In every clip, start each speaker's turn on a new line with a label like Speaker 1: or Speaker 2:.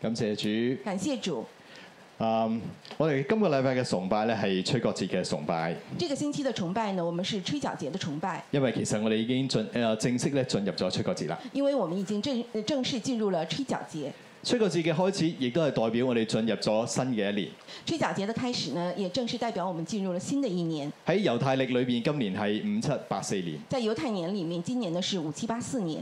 Speaker 1: 感謝主。
Speaker 2: 感谢主，
Speaker 1: 嗯，我哋今個禮拜嘅崇拜咧係吹角節嘅崇拜，
Speaker 2: 这个星期的崇拜呢，我们是吹角节的崇拜，
Speaker 1: 因為其實我哋已經進誒、呃正式咧進入咗吹角節啦。
Speaker 2: 因为我们已经正呃正式进入了吹角节。
Speaker 1: 吹角節嘅開始，亦都係代表我哋進入咗新嘅一年。
Speaker 2: 吹角节的开始呢，也正式代表我们进入了新的一年。
Speaker 1: 喺猶太歷裏邊，今年係五七八四年。
Speaker 2: 在犹太年里面，今年呢是五七八四年。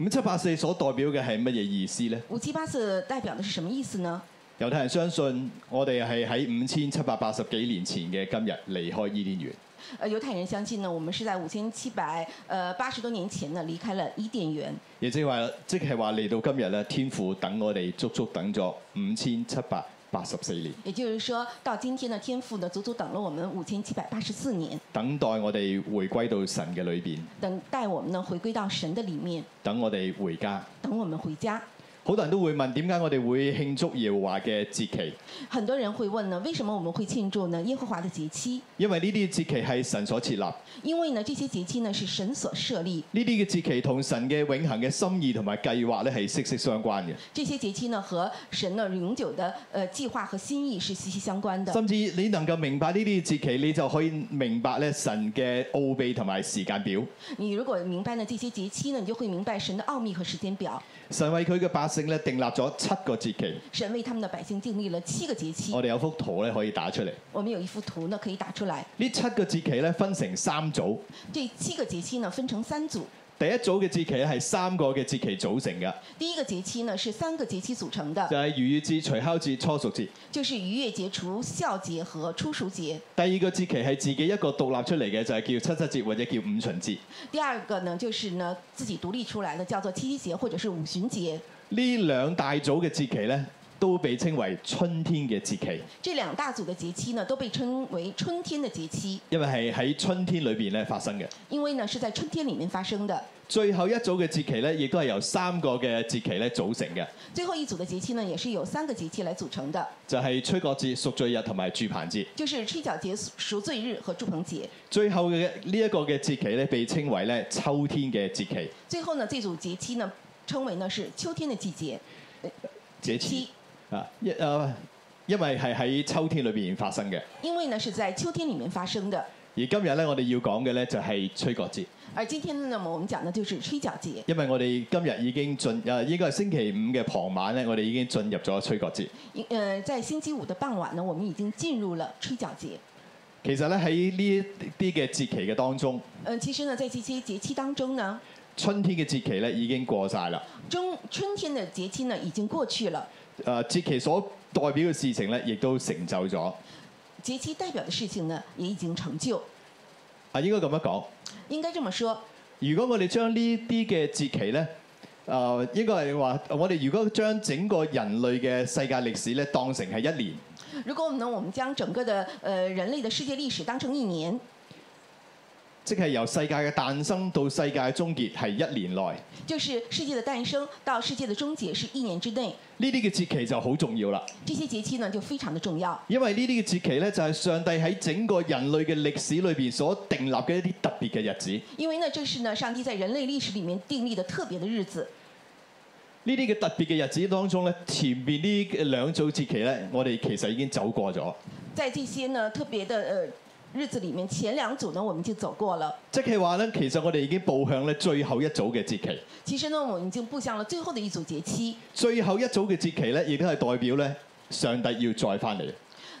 Speaker 1: 五七八四所代表嘅係乜嘢意思呢？
Speaker 2: 五七八四代表的是什么意思呢？
Speaker 1: 猶太人相信我哋係喺五千七百八十幾年前嘅今日離開伊甸園。
Speaker 2: 呃，犹太人相信呢，我们是在五千七百呃八十多年前呢离开了伊甸园，
Speaker 1: 亦即係話，即係話嚟到今日咧，天父等我哋足足等咗五千七百八十四年，
Speaker 2: 也就是说到今天的天父呢，足足等了我们五千七百八十四年，
Speaker 1: 等待我哋回歸到神嘅裏邊，
Speaker 2: 等待我们呢回归到神的里面，
Speaker 1: 等我哋回家。
Speaker 2: 等我们回家。
Speaker 1: 好多人都會問點解我哋會慶祝耶和華嘅節期？
Speaker 2: 很多人会问呢，为什么我们會慶祝呢？耶和華的節期，
Speaker 1: 因為呢啲節期係神所設立，呢
Speaker 2: 因為呢這些節期呢是神所設立，
Speaker 1: 啲嘅節期同神嘅永恆嘅心意同埋計劃咧係息息相關嘅。
Speaker 2: 這些節期呢和神呢永久的呃計劃和心意是息息相關的。
Speaker 1: 甚至你能夠明白呢啲節期，你就可以明白咧神嘅奧秘同埋時間表。
Speaker 2: 你如果明白呢這些節期呢，你就會明白神的奧秘和時間表。
Speaker 1: 神為佢嘅百姓咧定立咗七個節期。
Speaker 2: 神為他們的百姓訂立了七個節期
Speaker 1: 我，哋有幅圖咧可以打出嚟。
Speaker 2: 我們有一幅圖呢可以打出來。
Speaker 1: 呢七個節期咧分成三組，
Speaker 2: 這七個節期呢分成三組，
Speaker 1: 第一組嘅節期咧係三個嘅節期組成嘅，
Speaker 2: 第一個節期呢是三個節期組成
Speaker 1: 就
Speaker 2: 的，
Speaker 1: 係逾越節、除酵節、初熟節。
Speaker 2: 就是逾越節、除孝節和初熟節。
Speaker 1: 第二個節期係自己一個獨立出嚟嘅，就係、叫七七節或者叫五旬節。
Speaker 2: 第二個呢，就是呢自己獨立出來的，叫做七夕節或者是五旬節。
Speaker 1: 呢兩大組嘅節期咧，都被稱為春天嘅節期，
Speaker 2: 这两大组的节期呢，都被称为春天的节期，
Speaker 1: 因為係喺春天裏邊咧發生嘅。
Speaker 2: 因為呢是在春天里面發生的。
Speaker 1: 最後一組嘅節期咧，亦都係由三個嘅節期咧組成嘅，
Speaker 2: 最后一组的节期呢，也是由三個节期來組成的，
Speaker 1: 就係、吹角節、贖罪日同埋住棚節。
Speaker 2: 就是吹角節、贖罪日和祝棚節。
Speaker 1: 最後嘅呢一個嘅節期咧，被稱為咧秋天嘅節期。
Speaker 2: 最后呢，这组节期呢，稱為呢是秋天的季節
Speaker 1: 這次
Speaker 2: 期，
Speaker 1: 啊，一啊，因為係喺秋天裏邊發生嘅。
Speaker 2: 因為呢是在秋天里面發生的。
Speaker 1: 而今日咧，我哋要講嘅咧就係吹角節，
Speaker 2: 而今天呢，我們講的就是吹角節，
Speaker 1: 因為我哋今日已經進誒、啊，應該係星期五嘅傍晚咧，我哋已經進入咗吹角節。
Speaker 2: 因呃，在星期五的傍晚呢，我們已經進入了吹角節。
Speaker 1: 其實咧喺呢一啲嘅節期嘅當中，
Speaker 2: 嗯，其實呢，在這些節期當中呢，
Speaker 1: 春天嘅節期咧已經過晒啦。
Speaker 2: 中春天的節期呢已經過去了，
Speaker 1: 誒、呃節期所代表嘅事情咧，亦都成就咗。
Speaker 2: 節期代表的事情呢也已經成就。
Speaker 1: 啊，應該咁樣講。
Speaker 2: 應該這麼說，
Speaker 1: 如果我哋將呢啲嘅節期咧，誒、呃、應該係話，我哋如果將整個人類嘅世界歷史咧當成係一年，
Speaker 2: 如果我們呢，我們將整個的呃人類的世界歷史當成一年，
Speaker 1: 即係由世界嘅誕生到世界嘅終結係一年內，呢
Speaker 2: 就是世界的誕生到世界的終結是一年之內，
Speaker 1: 啲嘅節期就好重要啦。
Speaker 2: 這些節期呢就非常的重要，
Speaker 1: 因為呢啲嘅節期咧就係上帝喺整個人類嘅歷史裏邊所定立嘅一啲特別嘅日子。
Speaker 2: 因為呢這是呢上帝在人類歷史裡面訂立的特別的日子。
Speaker 1: 呢啲嘅特別嘅日子當中咧，前面呢兩組節期咧，我哋其實已經走過咗，
Speaker 2: 在這些呢特別的呃日子裡面，前兩組呢我們就走過了，
Speaker 1: 即係話咧，其實我哋已經步向咧最後一組嘅節期。
Speaker 2: 其實呢我們已經步向了最後的一組節期，
Speaker 1: 最後一組嘅節期咧，亦都係代表咧上帝要再翻嚟。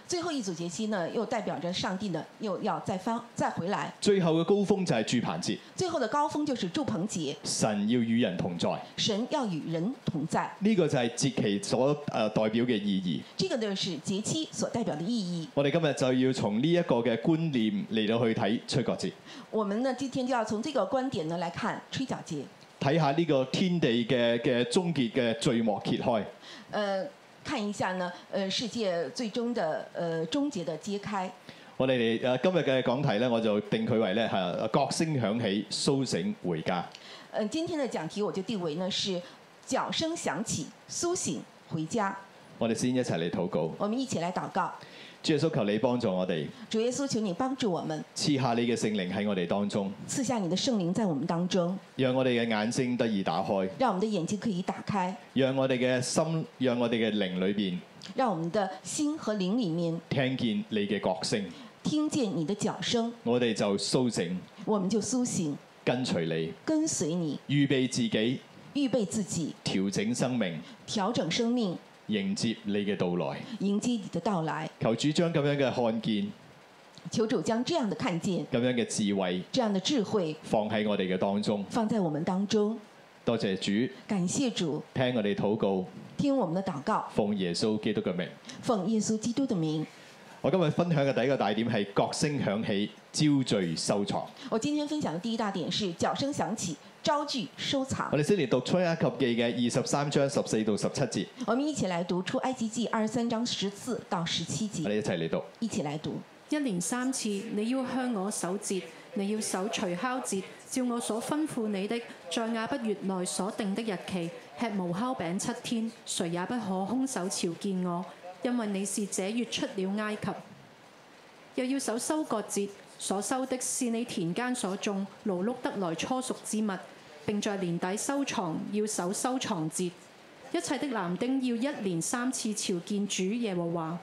Speaker 2: 最後一組節期呢，又代表着上帝呢又要再翻再回來。
Speaker 1: 最後嘅高峰就係住棚節，
Speaker 2: 最後的高峰就是祝棚節，
Speaker 1: 神要與人同在。
Speaker 2: 神要與人同在。
Speaker 1: 呢、個就係節期所誒代表嘅意義。
Speaker 2: 這個就是節期所代表的意義。
Speaker 1: 我哋今日就要從呢一個嘅觀念嚟到去睇吹角節，
Speaker 2: 我們呢今天就要從這個觀點呢來看吹角節，
Speaker 1: 睇下呢個天地嘅嘅終結嘅序幕揭開。
Speaker 2: 呃，看一下呢，呃，世界最終的呃終結的揭開。
Speaker 1: 我哋嚟呃誒今日嘅講題咧，我就定佢為咧係角聲響起，甦醒回家。
Speaker 2: 呃嗯、今天的講題我就定為呢是角聲響起，甦醒回家。
Speaker 1: 我哋先一齊嚟禱告。
Speaker 2: 我们一起來禱告，
Speaker 1: 主耶穌，求你幫助我哋，
Speaker 2: 主耶穌，求你幫助我們，
Speaker 1: 賜下你嘅聖靈喺我哋當中，
Speaker 2: 賜下你的聖靈在我們當中，
Speaker 1: 讓我哋嘅眼睛得以打開，
Speaker 2: 讓我們的眼睛可以打開，
Speaker 1: 讓我哋嘅心，讓我哋嘅靈裏邊
Speaker 2: 讓我們的心和靈裡面
Speaker 1: 聽見你嘅角聲，
Speaker 2: 聽見你的腳聲，
Speaker 1: 我哋就甦醒，
Speaker 2: 我們就甦醒，
Speaker 1: 跟隨你，
Speaker 2: 跟隨你，
Speaker 1: 預備自己，
Speaker 2: 預備自己，
Speaker 1: 調整生命，
Speaker 2: 調整生命，
Speaker 1: 迎接你嘅到來。
Speaker 2: 迎接你的到來。
Speaker 1: 求主將咁樣嘅看見、
Speaker 2: 求主將這樣的看見、
Speaker 1: 咁樣嘅智慧
Speaker 2: 這樣的智慧
Speaker 1: 放喺我哋嘅當中。
Speaker 2: 放在我們當中。
Speaker 1: 多謝主，
Speaker 2: 感謝主，
Speaker 1: 聽我哋禱告，
Speaker 2: 聽我們的禱告，
Speaker 1: 奉耶穌基督嘅名。
Speaker 2: 奉耶穌基督的名。
Speaker 1: 我今日分享嘅第一個大點係角聲響起，焦聚收藏。
Speaker 2: 我今天分享的第一大點是角聲響起，招聚收藏
Speaker 1: 我。哋先嚟讀出埃及記嘅二十三章十四到十七節，
Speaker 2: 我們一起來讀出埃及記二十三章十四到十七
Speaker 1: 我
Speaker 2: 節，
Speaker 1: 哋一齊嚟讀。
Speaker 2: 一起來讀。
Speaker 3: 一年三次，你要向我守節，你要守除酵節，照我所吩咐你的，在亞筆月內所定的日期，吃無酵餅七天，誰也不可空手朝見我，因為你是這月出了埃及。又要守收割節，所收的是你田間所種，勞碌得來初熟之物，並在年底收藏，要守收藏節。一切的男丁要一連三次朝見主耶和華。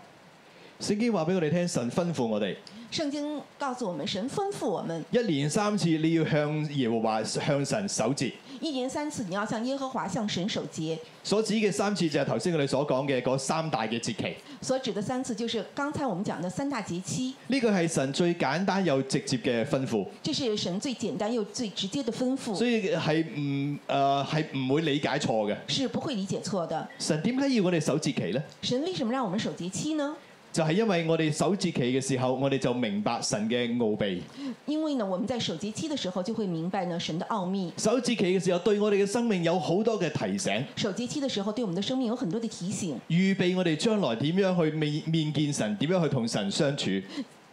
Speaker 1: 聖經話俾我哋聽，神吩咐我哋
Speaker 2: 聖經告訴我們，神吩咐我們，
Speaker 1: 一年三次，你要向耶和華向神守節。
Speaker 2: 一年三次你要向耶和華向神守節。
Speaker 1: 所指嘅三次就係頭先我哋所講嘅嗰三大嘅節期。
Speaker 2: 所指的三次就是剛才我們講的三大節期，
Speaker 1: 呢個係神最簡單又直接嘅吩咐，
Speaker 2: 這是神最簡單又最直接的吩咐
Speaker 1: 所，以係唔誒係唔會理解錯嘅。
Speaker 2: 是不會理解錯的。
Speaker 1: 神點解要我哋守節期呢？
Speaker 2: 神為什麼讓我們守節期呢？
Speaker 1: 就係、因為我哋守節期嘅時候，我哋就明白神嘅奧秘。
Speaker 2: 因為呢，我們在守節期的時候就會明白呢神的奧秘。
Speaker 1: 守節期嘅時候，對我哋嘅生命有好多嘅提醒，
Speaker 2: 守節期的時候對我們的生命有很多的提醒，
Speaker 1: 預備我哋將來點樣去面面見神，點樣去同神相處。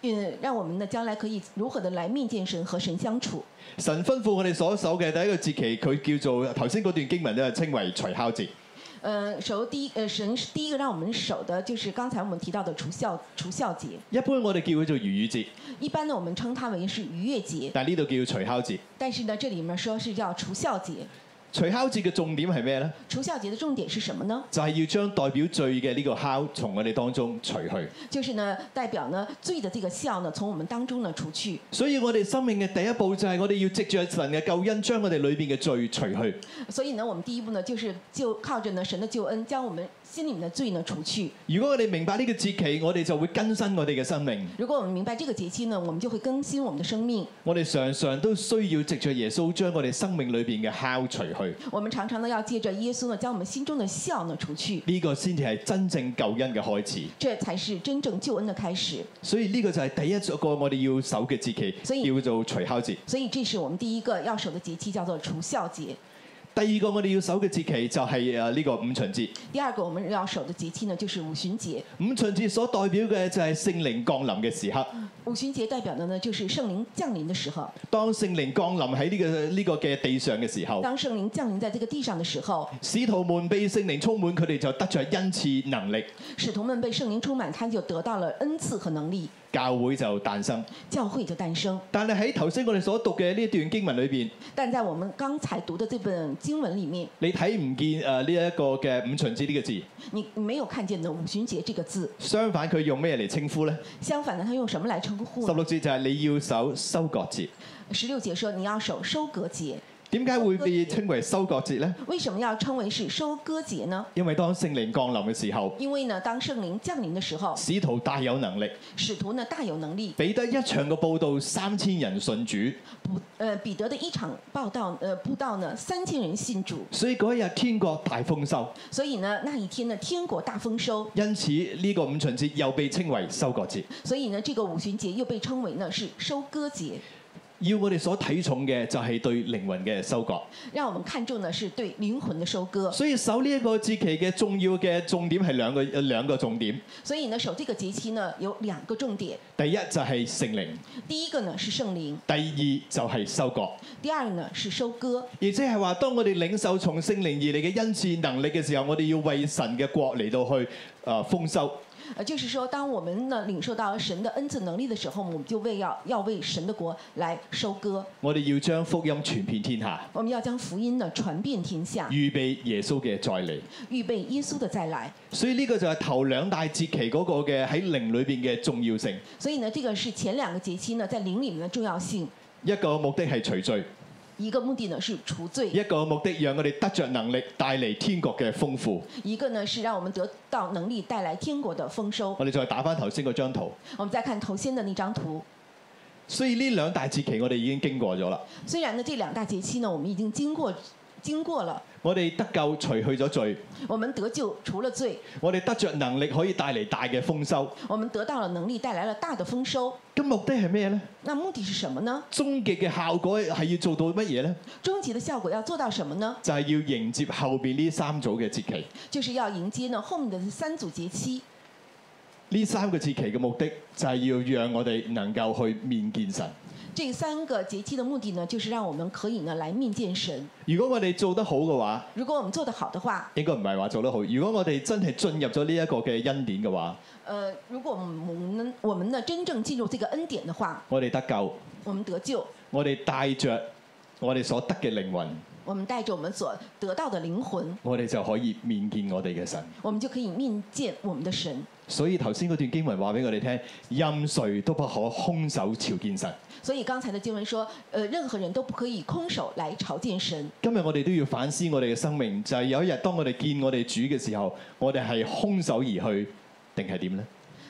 Speaker 2: 嗯，讓我們呢將來可以如何的來面見神和神相處。
Speaker 1: 神吩咐我哋所守嘅第一個節期，佢叫做頭先嗰段經文咧，稱為除酵節。
Speaker 2: 呃，首第一呃，神第一個讓我們守的就是剛才我們提到的除孝除孝節，
Speaker 1: 一般我哋叫佢做逾越節，
Speaker 2: 一般呢我們稱它為是逾越節，
Speaker 1: 但係呢度叫除酵節。
Speaker 2: 但是呢這裡面說是叫除孝節。
Speaker 1: 除酵節嘅重點係咩呢？
Speaker 2: 除孝節的重點是什麼呢？
Speaker 1: 就係、要將代表罪嘅呢個酵從我哋當中除去。
Speaker 2: 就是呢代表呢罪的這個孝呢從我們當中呢除去。
Speaker 1: 所以我哋生命嘅第一步就係我哋要藉住神嘅救恩，將我哋裏邊嘅罪除去。
Speaker 2: 所以呢我們第一步呢就是就靠着呢神的救恩將我們心裡面的罪呢除去。
Speaker 1: 如果我哋明白呢個節期，我哋就會更新我哋嘅生命。
Speaker 2: 如果我們明白這個節期呢，我們就會更新我們的生命。
Speaker 1: 我哋常常都需要藉住耶穌將我哋生命裏邊嘅酵除去，
Speaker 2: 我們常常呢要借着耶穌呢，將我們心中的孝呢除去，
Speaker 1: 呢、個先至係真正救恩嘅開始。
Speaker 2: 這才是真正救恩的開始。
Speaker 1: 所以呢個就係第一個我哋要守嘅節
Speaker 2: 所
Speaker 1: 期，
Speaker 2: 以
Speaker 1: 叫做除酵節。
Speaker 2: 所以這是我們第一個要守的節期，叫做除孝節。
Speaker 1: 第二個我哋要守嘅節期就係呃誒呢個五旬節。
Speaker 2: 第二個我們要守的節期呢，就是五旬節。
Speaker 1: 五旬節所代表嘅就係聖靈降臨嘅時刻。
Speaker 2: 五旬節代表的呢，就是聖靈降臨的時候。
Speaker 1: 當聖靈降臨喺呢、個呢、個嘅地上嘅時候，
Speaker 2: 當聖靈降臨在這個地上的時候，
Speaker 1: 使徒們被聖靈充滿，佢哋就得着恩賜能力，
Speaker 2: 使徒們被聖靈充滿，他就得到了恩賜和能力，
Speaker 1: 教會就誕生。
Speaker 2: 教會就誕生。
Speaker 1: 但係喺頭先我哋所讀嘅呢一段經文裏邊，
Speaker 2: 但在我們剛才讀的這本經文裡面，
Speaker 1: 你睇唔見誒呃呢一個嘅五旬節呢個字，
Speaker 2: 你你沒有看見的五旬節這個字。
Speaker 1: 相反佢用咩嚟稱呼呢？
Speaker 2: 相反呢，他用什麼來稱呼
Speaker 1: 十
Speaker 2: 呢？
Speaker 1: 六節就係你要守收割節。
Speaker 2: 十六節說你要守收割節，
Speaker 1: 點解會被稱為收割節呢？
Speaker 2: 為什麼要稱為是收割節呢？
Speaker 1: 因為當聖靈降臨嘅時候，
Speaker 2: 因為呢，當聖靈降臨的時候，
Speaker 1: 使徒大有能力，
Speaker 2: 使徒呢大有能力。
Speaker 1: 彼得一場嘅報道三千人信主，
Speaker 2: 不，呃，彼得的一場報道，呃，布道呢，三千人信主，
Speaker 1: 所以嗰一日天國大豐收。
Speaker 2: 所以呢，那一天呢，天國大豐收，
Speaker 1: 因此呢個五旬節又被稱為收割節。
Speaker 2: 所以呢，這個五旬節又被稱為呢是收割節。
Speaker 1: 要我哋所睇重嘅就係對靈魂嘅收割。
Speaker 2: 让我们看重的是对靈魂的收割。
Speaker 1: 所以守呢一個節期嘅重要嘅重點係兩個有兩個重點。
Speaker 2: 所以呢，守这個節期呢有兩個重點，
Speaker 1: 第一就係聖靈，
Speaker 2: 第一個呢是聖靈，
Speaker 1: 第二就係收割。
Speaker 2: 第二呢是收割。
Speaker 1: 而即係話，當我哋領受從聖靈而嚟嘅恩賜能力嘅時候，我哋要為神嘅國嚟到去誒豐收。
Speaker 2: 呃，就是說，當我們呢領受到神的恩賜能力的時候，我們就為要要為神的國來收割。
Speaker 1: 我哋要將福音傳遍天下，
Speaker 2: 我們要將福音呢傳遍天下，
Speaker 1: 預備耶穌嘅再嚟。
Speaker 2: 預備耶穌的再來。
Speaker 1: 所以呢個就係頭兩大節期嗰個嘅喺靈裏邊嘅重要性。
Speaker 2: 所以呢，這個是前兩個節期呢在靈裡面的重要性。
Speaker 1: 一個目的係除罪，
Speaker 2: 一個目的呢是除罪，
Speaker 1: 一個目的讓我哋得着能力帶嚟天國嘅豐富。
Speaker 2: 一個呢是讓我們得到能力帶來天國的豐收。
Speaker 1: 我哋再打翻頭先嗰張圖。
Speaker 2: 我們再看頭先的那張圖，
Speaker 1: 所以呢兩大節期我哋已經經過咗啦。
Speaker 2: 雖然呢這兩大節期呢我們已經經過經過了，
Speaker 1: 我哋得救除去咗罪，
Speaker 2: 我們得救除了罪，
Speaker 1: 我哋得着能力可以帶嚟大嘅豐收。
Speaker 2: 我們得到了能力，帶來了大的豐收。
Speaker 1: 咁目的係咩呢？
Speaker 2: 那目的是什麼呢？
Speaker 1: 終極嘅效果係要做到乜嘢呢？
Speaker 2: 終極的效果要做到什麼呢？
Speaker 1: 就係、要迎接後邊呢三組嘅節期。
Speaker 2: 就是要迎接呢後面的三組節期。
Speaker 1: 呢三個節期嘅目的就係要讓我哋能夠去面見神。
Speaker 2: 這三個節期的目的呢，就是讓我們可以呢來面見神。
Speaker 1: 如果我哋做得好嘅話，
Speaker 2: 如果我們做得好的話，
Speaker 1: 應該唔係話做得好。如果我哋真係進入咗呢一個嘅恩典嘅話，
Speaker 2: 呃，如果我們我們我們呢真正進入這個恩典的話，
Speaker 1: 我哋得救，
Speaker 2: 我們得救，
Speaker 1: 我哋帶着我哋所得嘅靈魂，
Speaker 2: 我們帶着我們所得到的靈魂，
Speaker 1: 我哋就可以面見我哋嘅神。
Speaker 2: 我們就可以面見我們的神。
Speaker 1: 所以頭先嗰段經文話俾我哋聽，任誰都不可空手朝見神。
Speaker 2: 所以剛才的經文說，呃，任何人都不可以空手來朝見神。
Speaker 1: 今日我哋都要反思我哋嘅生命，就係、有一日當我哋見我哋主嘅時候，我哋係空手而去，定係點呢？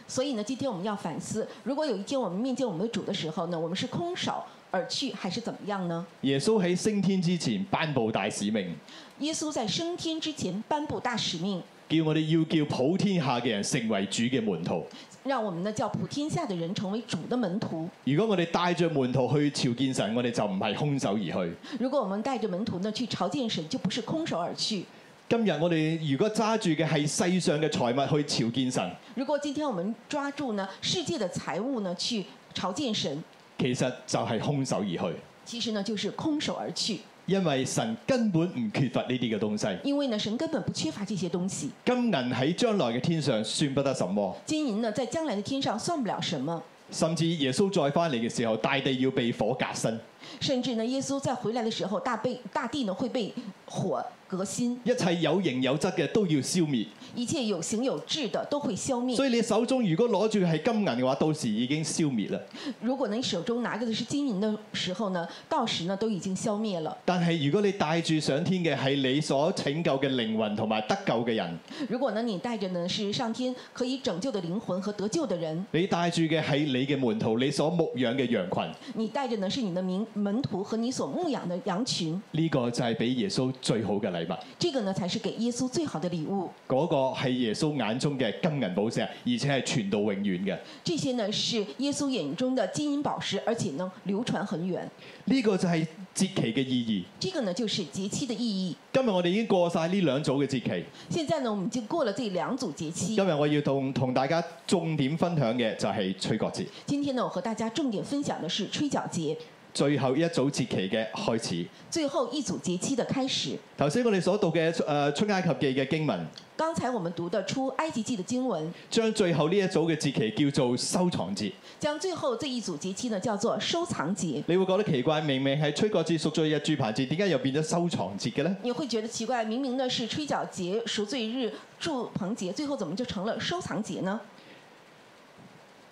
Speaker 2: 所以呢，今天我們要反思，如果有一天我們面见我们的主的時候呢，我們是空手而去，還是怎么樣呢？
Speaker 1: 耶穌喺升天之前頒布大使命，
Speaker 2: 耶穌在升天之前頒布大使命，
Speaker 1: 叫我哋要叫普天下嘅人成為主嘅門徒。
Speaker 2: 讓我們呢叫普天下的人成為主的門徒。
Speaker 1: 如果我哋帶着門徒去朝見神，我哋就唔係空手而去。
Speaker 2: 如果我們帶着門徒呢去朝見神，就不是空手而去。
Speaker 1: 今日我哋如果揸住嘅係世上嘅財物去朝見神，
Speaker 2: 如果今天我們抓住呢世界的財物呢去朝見神，
Speaker 1: 其實就係空手而去，
Speaker 2: 其實呢就是空手而去，
Speaker 1: 因為神根本唔缺乏呢啲嘅東西。
Speaker 2: 因為呢神根本不缺乏這些東西。
Speaker 1: 金銀喺將來嘅天上算不得什麼，
Speaker 2: 金銀呢在將來的天上算不了什麼，
Speaker 1: 甚至耶穌再翻嚟嘅時候，大地要被火隔身，
Speaker 2: 甚至呢耶穌再回來的時候，大被大地呢會被火革新，
Speaker 1: 一切有形有質嘅都要消滅。
Speaker 2: 一切有形有質的都會消滅。
Speaker 1: 所以你手中如果攞住嘅係金銀嘅話，到時已經消滅啦。
Speaker 2: 如果呢你手中拿着的是金銀的時候呢，到時呢都已經消滅了。
Speaker 1: 但係如果你帶住上天嘅係你所拯救嘅靈魂同埋得救嘅人，
Speaker 2: 如果呢你帶着呢是上天可以拯救的靈魂和得救的人，
Speaker 1: 你帶住嘅係你嘅門徒，你所牧養嘅羊群，
Speaker 2: 你帶着呢是你的名門徒和你所牧養的羊群，
Speaker 1: 呢、個就係俾耶穌最好嘅禮物。
Speaker 2: 這個呢才是給耶穌最好的禮物。
Speaker 1: 嗰、個係耶穌眼中嘅金銀寶石，而且係傳到永遠嘅。
Speaker 2: 這些呢是耶穌眼中的金銀寶石，而且呢流傳很遠。
Speaker 1: 呢、個就係節期嘅意義。
Speaker 2: 這個呢就是節期的意義。
Speaker 1: 今日我哋已經過晒呢兩組嘅節期，
Speaker 2: 現在呢我們已經過了這兩組節
Speaker 1: 今
Speaker 2: 期，
Speaker 1: 日我要同同大家重點分享嘅就係吹角節，
Speaker 2: 今天呢我和大家重點分享的是吹角節，
Speaker 1: 最後一組節期嘅開始。
Speaker 2: 最後一組節期的開始。
Speaker 1: 頭先我哋所讀嘅誒出埃及記嘅經文，
Speaker 2: 剛才我們讀的出埃及記的經文，
Speaker 1: 將最後呢一組嘅節期叫做收藏節。
Speaker 2: 將最後這一組節期呢叫做收藏節。
Speaker 1: 你會覺得奇怪，明明係吹角節、贖罪日、住棚節，點解又變咗收藏節嘅呢？
Speaker 2: 你会觉得奇怪，明明呢是吹角节、赎罪日、祝棚节，最后怎么就成了收藏节呢？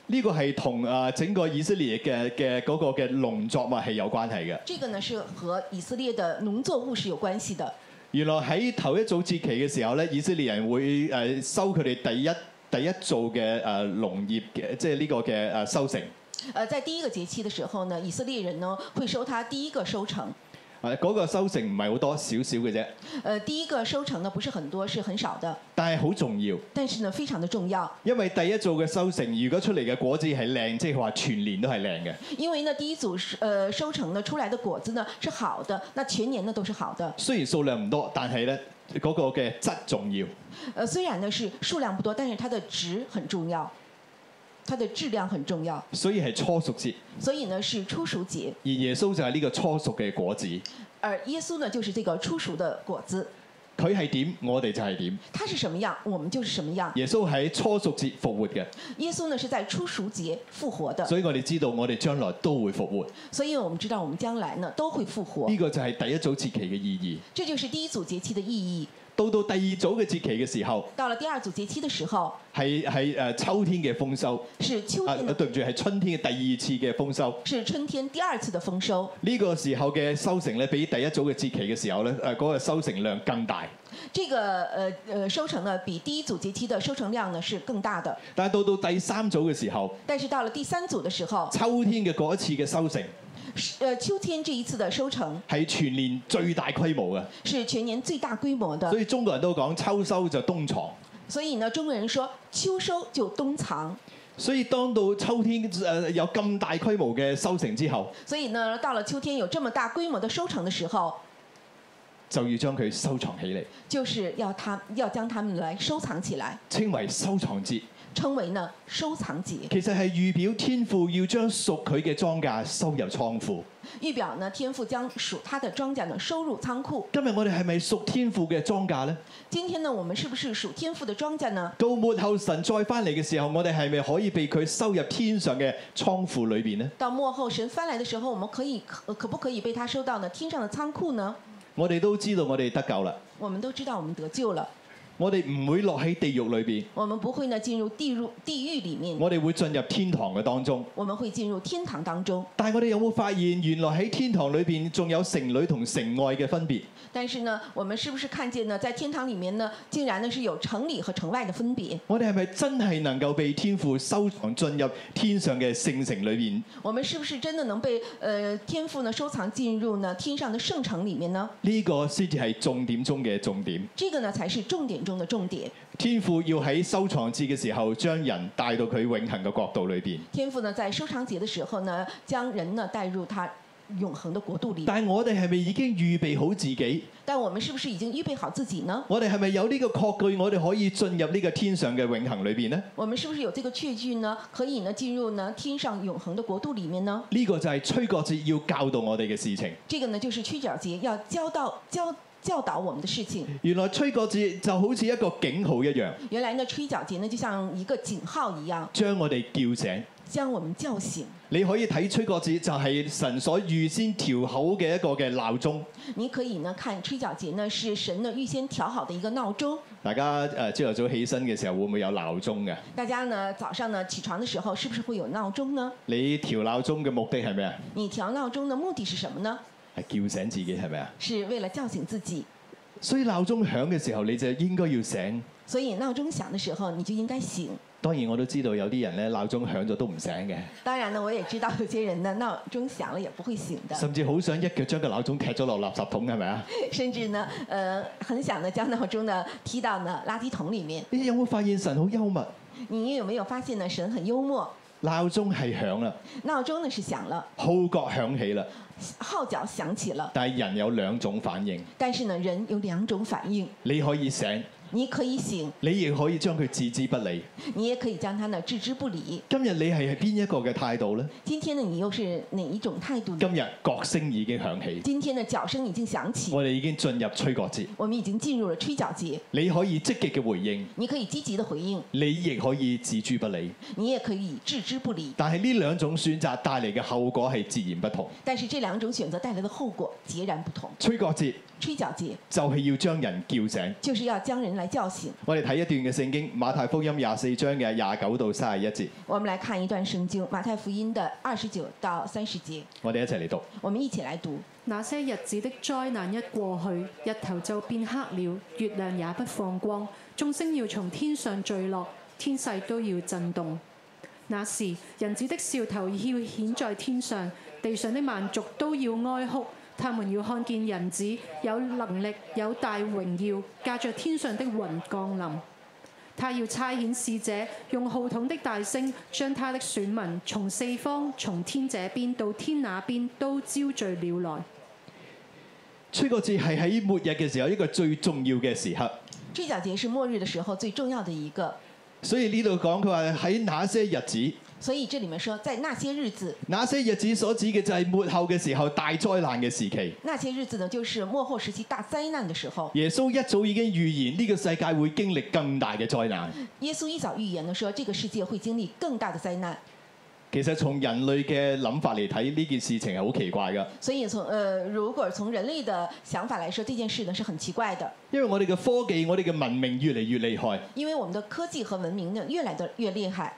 Speaker 1: 呢個係同誒整個以色列嘅嘅嗰個嘅農作物係有關係嘅。
Speaker 2: 这个呢是和以色列的农作物是有關係的。
Speaker 1: 原來喺頭一組節期嘅時候咧，以色列人會誒收佢哋第一第一做嘅誒啊農業嘅，即係呢個嘅誒收成。
Speaker 2: 呃，在第一個節期的時候呢，以色列人呢會收他第一個收成，
Speaker 1: 誒啊嗰個收成唔係好多，少少嘅啫，
Speaker 2: 呃，第一个收成呢不是很多，是很少的，
Speaker 1: 但係好重要，
Speaker 2: 但是呢非常的重要，
Speaker 1: 因為第一造嘅收成，如果出嚟嘅果子係靚，即係話全年都係靚嘅。
Speaker 2: 因为呢第一组是呃收成呢出来的果子呢是好的，那全年呢都是好的。
Speaker 1: 雖然數量唔多，但係咧嗰個嘅質重要。
Speaker 2: 呃，虽然呢是数量不多，但是它的值很重要，它的质量很重要，
Speaker 1: 所以係初熟節，
Speaker 2: 所以呢是初熟节，
Speaker 1: 而耶穌就係呢個初熟嘅果子。
Speaker 2: 而耶稣呢就是这个初熟的果子，
Speaker 1: 佢係點，我哋就係點。
Speaker 2: 它是什么样，我们就是什么样。
Speaker 1: 耶穌喺初熟節復活嘅，
Speaker 2: 耶稣呢是在初熟节复活的，
Speaker 1: 所以我哋知道我哋將來都會復活。
Speaker 2: 所以我们知道我们将来呢都会复活
Speaker 1: 呢、，個就係第一組節期嘅意義。
Speaker 2: 这就是第一组节期的意义。
Speaker 1: 到到第二組嘅節期嘅時候，
Speaker 2: 到了第二组节期的时候，
Speaker 1: 係係誒秋天嘅豐收，
Speaker 2: 是秋
Speaker 1: 啊
Speaker 2: 天的，
Speaker 1: 對唔住係春天嘅第二次嘅豐收。
Speaker 2: 是春天第二次的丰收。
Speaker 1: 呢、個時候嘅收成咧，比第一組嘅節期嘅時候咧，誒、嗰、個收成量更大。
Speaker 2: 这个呃呃收成呢，比第一组节期的收成量呢是更大的。
Speaker 1: 但係到到第三組嘅時候，
Speaker 2: 但是到了第三组的 时候，
Speaker 1: 秋天嘅嗰一次嘅收成
Speaker 2: 是呃秋天这一次的收成
Speaker 1: 係全年最大規模嘅，
Speaker 2: 是全年最大规模的
Speaker 1: 所。以中國人都講秋收就冬藏。
Speaker 2: 所以呢，中国人说秋收就冬藏。
Speaker 1: 所以當到秋天誒、呃有咁大規模嘅收成之後，
Speaker 2: 所以呢，到了秋天有这么大规模的收成的时候，
Speaker 1: 就要將佢收藏起嚟，
Speaker 2: 就是要它要将它们来收藏起来，
Speaker 1: 稱為收藏節。
Speaker 2: 称为呢收藏节。
Speaker 1: 其實係預表天父要將屬佢嘅莊稼收入倉庫。
Speaker 2: 预表呢，天父将属他的庄稼呢收入仓库。
Speaker 1: 今日我哋係咪屬天父嘅莊稼呢？
Speaker 2: 今天呢，我們是不是属天父的庄稼呢？
Speaker 1: 到末後神再翻嚟嘅時候，我哋係咪可以被佢收入天上嘅倉庫裏邊呢？
Speaker 2: 到末后神翻来的时候，我们可以可可不可以被他收到呢天上的仓库呢？
Speaker 1: 我哋都知道我哋得救啦，
Speaker 2: 我们都知道我們得救了，
Speaker 1: 我哋唔會落喺地獄裏邊，
Speaker 2: 我們不會呢进入地入地狱里面，
Speaker 1: 我哋會進入天堂嘅當中。
Speaker 2: 我們會進入天堂当中。
Speaker 1: 但係我哋有冇發現，原來喺天堂裏邊仲有城女同城外嘅分別？
Speaker 2: 但是呢，我們是不是看見呢，在天堂里面呢，竟然呢是有城里和城外的分别？
Speaker 1: 我哋係咪真係能夠被天父收藏進入天上嘅聖城裏邊？
Speaker 2: 我們是不是真的能被呃天父呢收藏进入呢天上的圣城里面呢？
Speaker 1: 呢、個先至係重點中嘅重點。
Speaker 2: 这个呢才是重点中的重点。
Speaker 1: 天父要喺收藏節嘅時候，將人帶到佢永恆嘅國度裏邊。
Speaker 2: 天父呢在收藏节的时候呢，将人呢带入他永恒的国度里。
Speaker 1: 但係我哋係咪已經預備好自己？
Speaker 2: 但我们是不是已經預備好自己呢？
Speaker 1: 我哋係咪有呢個確據，我哋可以進入呢個天上嘅永恆裏邊呢？
Speaker 2: 我們是不是有這個確據呢？可以呢进入呢天上永恒的国度里面呢？
Speaker 1: 呢、個就係吹角節要教導我哋嘅事情。
Speaker 2: 这个呢就是曲角节要教到教教導我们的事情。
Speaker 1: 原來吹角節就好似一個警號一樣，
Speaker 2: 原來呢吹角节呢就像一個警號一樣，
Speaker 1: 將我哋叫醒。
Speaker 2: 將我們叫醒。
Speaker 1: 你可以睇吹角節就係神所預先調好嘅一個嘅鬧鐘。
Speaker 2: 你可以呢看吹角节呢是神呢預先調好的一個鬧鐘，
Speaker 1: 大家誒朝頭早起身嘅時候會唔會有鬧鐘嘅？
Speaker 2: 大家呢早上呢起床的時候是不是會有鬧鐘呢？
Speaker 1: 你調鬧鐘嘅目的係咩啊？
Speaker 2: 你調鬧鐘的目的是什麼呢？
Speaker 1: 係叫醒自己係咪啊？
Speaker 2: 是為了叫醒自己。
Speaker 1: 所以鬧鐘響嘅時候，你就應該要醒。
Speaker 2: 所以鬧鐘響的時候，你就應該醒。
Speaker 1: 當然我都知道有啲人咧鬧鐘響咗都唔醒嘅，
Speaker 2: 當然呢，我也知道有些人呢鬧鐘響了也不會醒的，
Speaker 1: 甚至好想一腳將個鬧鐘踢咗落垃圾桶係咪啊？
Speaker 2: 甚至呢，呃，很想呢將鬧鐘呢踢到呢垃圾桶里面。
Speaker 1: 你有冇發現神好幽默？
Speaker 2: 你有沒有發現呢？神很幽默，
Speaker 1: 鬧鐘係響啦，
Speaker 2: 鬧鐘呢是響了，
Speaker 1: 號角響起啦，
Speaker 2: 號角響起了，
Speaker 1: 但係人有兩種反應，
Speaker 2: 但是呢，人有兩種反應，
Speaker 1: 你可以醒，
Speaker 2: 你可以醒，
Speaker 1: 你亦可以將佢置之不理。
Speaker 2: 你也可以將它呢置之不理。
Speaker 1: 今日你係邊一個嘅態度呢？
Speaker 2: 今天呢，你又是哪一種態度呢？
Speaker 1: 今日角聲已經響起，
Speaker 2: 今天的角聲已經響起，
Speaker 1: 我哋已經進入吹角節，
Speaker 2: 我們已經進入了吹角節，
Speaker 1: 你可以積極嘅回應，
Speaker 2: 你可以積極的回應，
Speaker 1: 你亦可以置諸不理。
Speaker 2: 你也可以置之不理。
Speaker 1: 但係呢兩種選擇帶嚟嘅後果係截然不同。
Speaker 2: 但是這兩種選擇帶來的後果截然不同。
Speaker 1: 吹角節
Speaker 2: 吹角節
Speaker 1: 就係要將人叫醒。
Speaker 2: 就是要將人來叫醒。
Speaker 1: 我哋睇一段嘅聖經，馬太福音廿四章嘅廿九到三十一節，
Speaker 2: 我們來看一段聖經，《馬太福音》的二十九到三十節，
Speaker 1: 我哋一齊嚟讀。
Speaker 2: 我們一起來讀。
Speaker 3: 那些日子的災難一過去，日頭就變黑了，月亮也不放光，眾星要從天上墜落，天勢都要震動。那時，人子的兆頭要顯在天上，地上的萬族都要哀哭，他們要看見人子有能力、有大榮耀，駕着天上的雲降臨。他要差遣使者，用號筒的大聲，將他的選民從四方、從天這邊到天那邊都招聚了來。
Speaker 1: 吹角節係喺末日嘅時候一個最重要嘅時刻，
Speaker 2: 吹角节是末日的时候最重要的一个，
Speaker 1: 所以呢度講佢話喺那些日子，
Speaker 2: 所以这里面说，在那些日子，
Speaker 1: 那些日子所指嘅就係末後嘅時候大災難嘅時期。
Speaker 2: 那些日子呢，就是末后时期大灾难的时候。
Speaker 1: 耶穌一早已經預言呢個世界會經歷更大嘅災難。
Speaker 2: 耶稣一早预言呢，说这个世界会经历更大的灾难。
Speaker 1: 其實從人類嘅諗法嚟睇，呢件事情係好奇怪㗎，
Speaker 2: 所以从呃，如果从人类的想法来说，这件事呢是很奇怪的，
Speaker 1: 因為我哋嘅科技、我哋嘅文明越嚟越厲害。
Speaker 2: 因为我们的科技和文明呢越来的越厉害。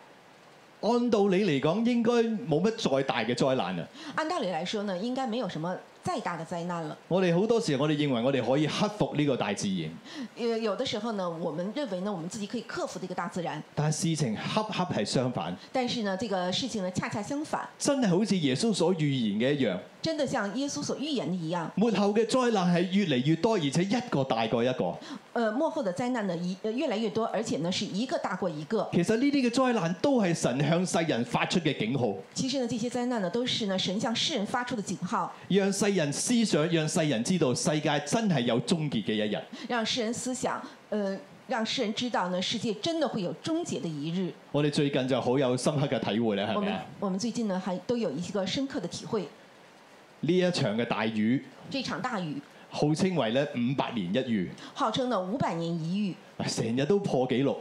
Speaker 1: 按道理嚟講，應該冇乜再大嘅災難啊！
Speaker 2: 按道理来说呢，应该没有什么再大的灾难了。
Speaker 1: 我哋好多時，我哋認為我哋可以克服呢個大自然，
Speaker 2: 呃，有的时候呢，我们认为呢，我们自己可以克服这个大自然，
Speaker 1: 但係事情恰恰係相反，
Speaker 2: 但是呢，这个事情呢恰恰相反，
Speaker 1: 真係好似耶穌所預言嘅一樣。
Speaker 2: 真的像耶稣所预言的一样，
Speaker 1: 末後嘅災難係越嚟越多，而且一個大過一個。
Speaker 2: 呃，幕后的灾难呢一呃越来越多，而且呢是一个大过一个。
Speaker 1: 其實呢啲嘅災難都係神向世人發出嘅警號，
Speaker 2: 其实呢，这些灾难呢都是呢神向世人发出的警号，
Speaker 1: 讓世人思想，讓世人知道世界真係有終結嘅一日。
Speaker 2: 让世人思想，呃，让世人知道呢世界真的会有终结的一日。
Speaker 1: 我哋最近就好有深刻嘅體會啦，
Speaker 2: 我
Speaker 1: 係咪
Speaker 2: 们
Speaker 1: 啊？
Speaker 2: 我们最近呢还都有一个深刻的体会，
Speaker 1: 呢一場嘅大雨，
Speaker 2: 这场大雨
Speaker 1: 號稱為咧五百年一遇，
Speaker 2: 号称呢五百年一遇，
Speaker 1: 成日都破紀錄。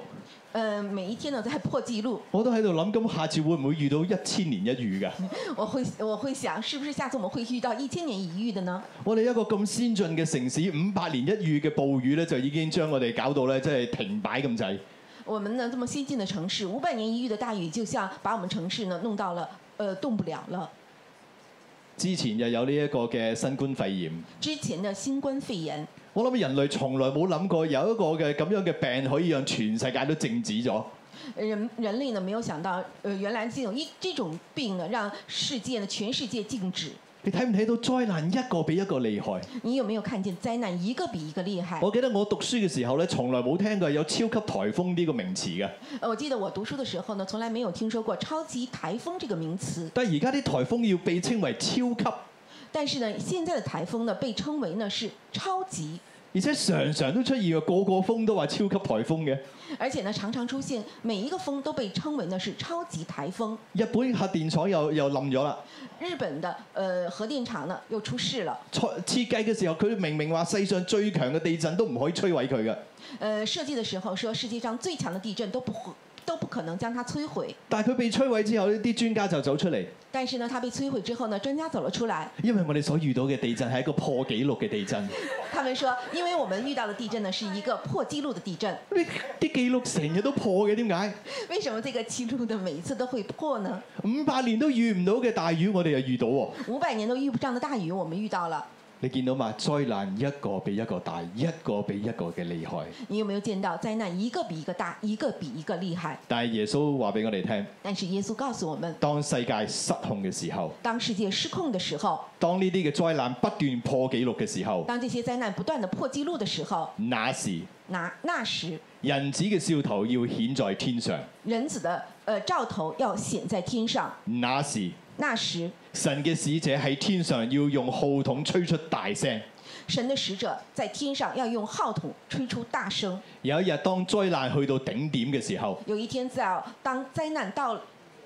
Speaker 2: 呃，每一天呢都在破纪录。
Speaker 1: 我都喺度諗，咁下次會唔會遇到一千年一遇㗎？
Speaker 2: 我会我会想，是不是下次我们会遇到一千年一遇的呢？
Speaker 1: 我哋一個咁先進嘅城市，五百年一遇嘅暴雨咧，就已經將我哋搞到咧，即係停擺咁滯。
Speaker 2: 我们呢这么先进的城市，五百年一遇的大雨，就像把我们城市呢弄到了呃动不了了。
Speaker 1: 之前又有呢一個嘅新冠肺炎，
Speaker 2: 之前的新冠肺炎，
Speaker 1: 我諗人類從來冇諗過有一個嘅咁樣嘅病可以讓全世界都靜止咗。
Speaker 2: 人人类呢没有想到，呃，原来这种一这种病呢，让世界呢全世界静止。
Speaker 1: 你睇唔睇到災難一個比一個厲害？
Speaker 2: 你有没有看见灾難一個比一個厲害？
Speaker 1: 我記得我讀書嘅時候咧，從來冇聽過有超級颱風呢個名詞嘅。
Speaker 2: 呃我記得我讀書的時候呢，從來沒有聽說過超級颱風這個名詞，
Speaker 1: 但係而家啲颱風要被稱為超級，
Speaker 2: 但是呢，現在的颱風呢被稱為呢是超級，
Speaker 1: 而且常常都出現嘅，個個風都話超級颱風嘅。
Speaker 2: 而且呢常常出現，每一個風都被稱為呢是超級颱風。
Speaker 1: 日本核電廠又又冧咗啦。
Speaker 2: 日本的呃核電廠呢又出事了，
Speaker 1: 設設計嘅時候，佢明明話世上最強嘅地震都唔可以摧毀佢嘅，
Speaker 2: 呃設計的時候說世界上最強的地震都不可都不可能將它摧毀，
Speaker 1: 但係佢被摧毀之後，呢啲專家就走出嚟，
Speaker 2: 但是呢它被摧毀之後呢，專家走了出來，
Speaker 1: 因為我哋所遇到嘅地震係一個破紀錄嘅地震，
Speaker 2: 他們說，因為我們遇到的地震呢是一個破紀錄的地震，
Speaker 1: 啲啲記錄成日都破嘅，點解？
Speaker 2: 為什麼這個記錄呢每一次都會破呢？
Speaker 1: 五百年都遇唔到嘅大雨，我哋又遇到喎。
Speaker 2: 五百年都遇不上的大雨，我們遇到了。
Speaker 1: 你見到嘛？災難一個比一個大，一個比一個嘅厲害。
Speaker 2: 你有沒有見到災難一個比一個大，一個比一個厲害？
Speaker 1: 但係耶穌話俾我哋聽，
Speaker 2: 但是耶穌告訴我們，
Speaker 1: 當世界失控嘅時候，
Speaker 2: 當世界失控的時候，
Speaker 1: 當呢啲嘅災難不斷破紀錄嘅時候，
Speaker 2: 當這些災難不斷的破紀錄的時候，
Speaker 1: 那時
Speaker 2: 那那時
Speaker 1: 人子嘅兆頭要顯在天上，
Speaker 2: 人子的呃兆頭要顯在天上。
Speaker 1: 那時
Speaker 2: 那時
Speaker 1: 神嘅使者喺天上要用號筒吹出大聲。
Speaker 2: 神的使者在天上要用號筒吹出大聲。
Speaker 1: 有一日當災難去到頂點嘅時候，
Speaker 2: 有一天在呃當災難到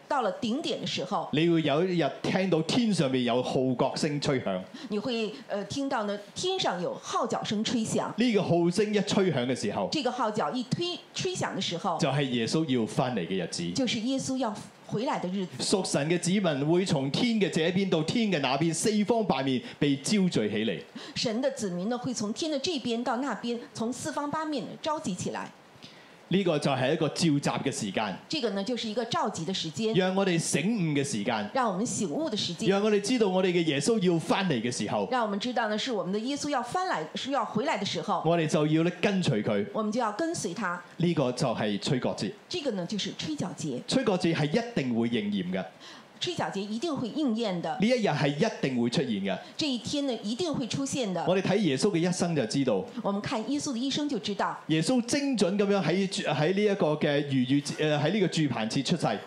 Speaker 2: 到了頂點的時候，
Speaker 1: 你會有一日聽到天上面有號角聲吹響。
Speaker 2: 你會呃聽到呢天上有號角聲吹響。
Speaker 1: 呢、個號聲一吹響嘅時候，
Speaker 2: 這個號角一推吹響的時候，
Speaker 1: 就係耶穌要翻嚟嘅日子。
Speaker 2: 就是耶穌要回來的日子。
Speaker 1: 屬神嘅子民會從天嘅這邊到天嘅那邊，四方八面被招聚起嚟。
Speaker 2: 神的子民呢，会从天的这边到那边，从四方八面召集起来。
Speaker 1: 呢、個就係一個召集嘅時間，
Speaker 2: 这个呢，就是一个召集的时间，
Speaker 1: 讓我哋醒悟嘅時間，
Speaker 2: 让我們醒悟的時間，
Speaker 1: 讓我哋知道我哋嘅耶穌要翻嚟嘅時候，
Speaker 2: 让我們知道呢，是我們的耶穌要翻来，是要回来的時候，
Speaker 1: 我哋就要咧跟隨佢。
Speaker 2: 我們就要跟隨他。
Speaker 1: 呢、個就係吹角節。
Speaker 2: 这個呢，就是吹角節，
Speaker 1: 吹角節係一定會應驗嘅。
Speaker 2: 赤脚节一定會應驗的，
Speaker 1: 呢一日係一定會出現嘅。
Speaker 2: 這一天呢一定會出現的。
Speaker 1: 我哋睇耶穌嘅一生就知道，
Speaker 2: 我們看耶穌的一生就知道，
Speaker 1: 耶穌精準咁樣喺住喺呢一個嘅逾越節誒喺呢個住棚節出世，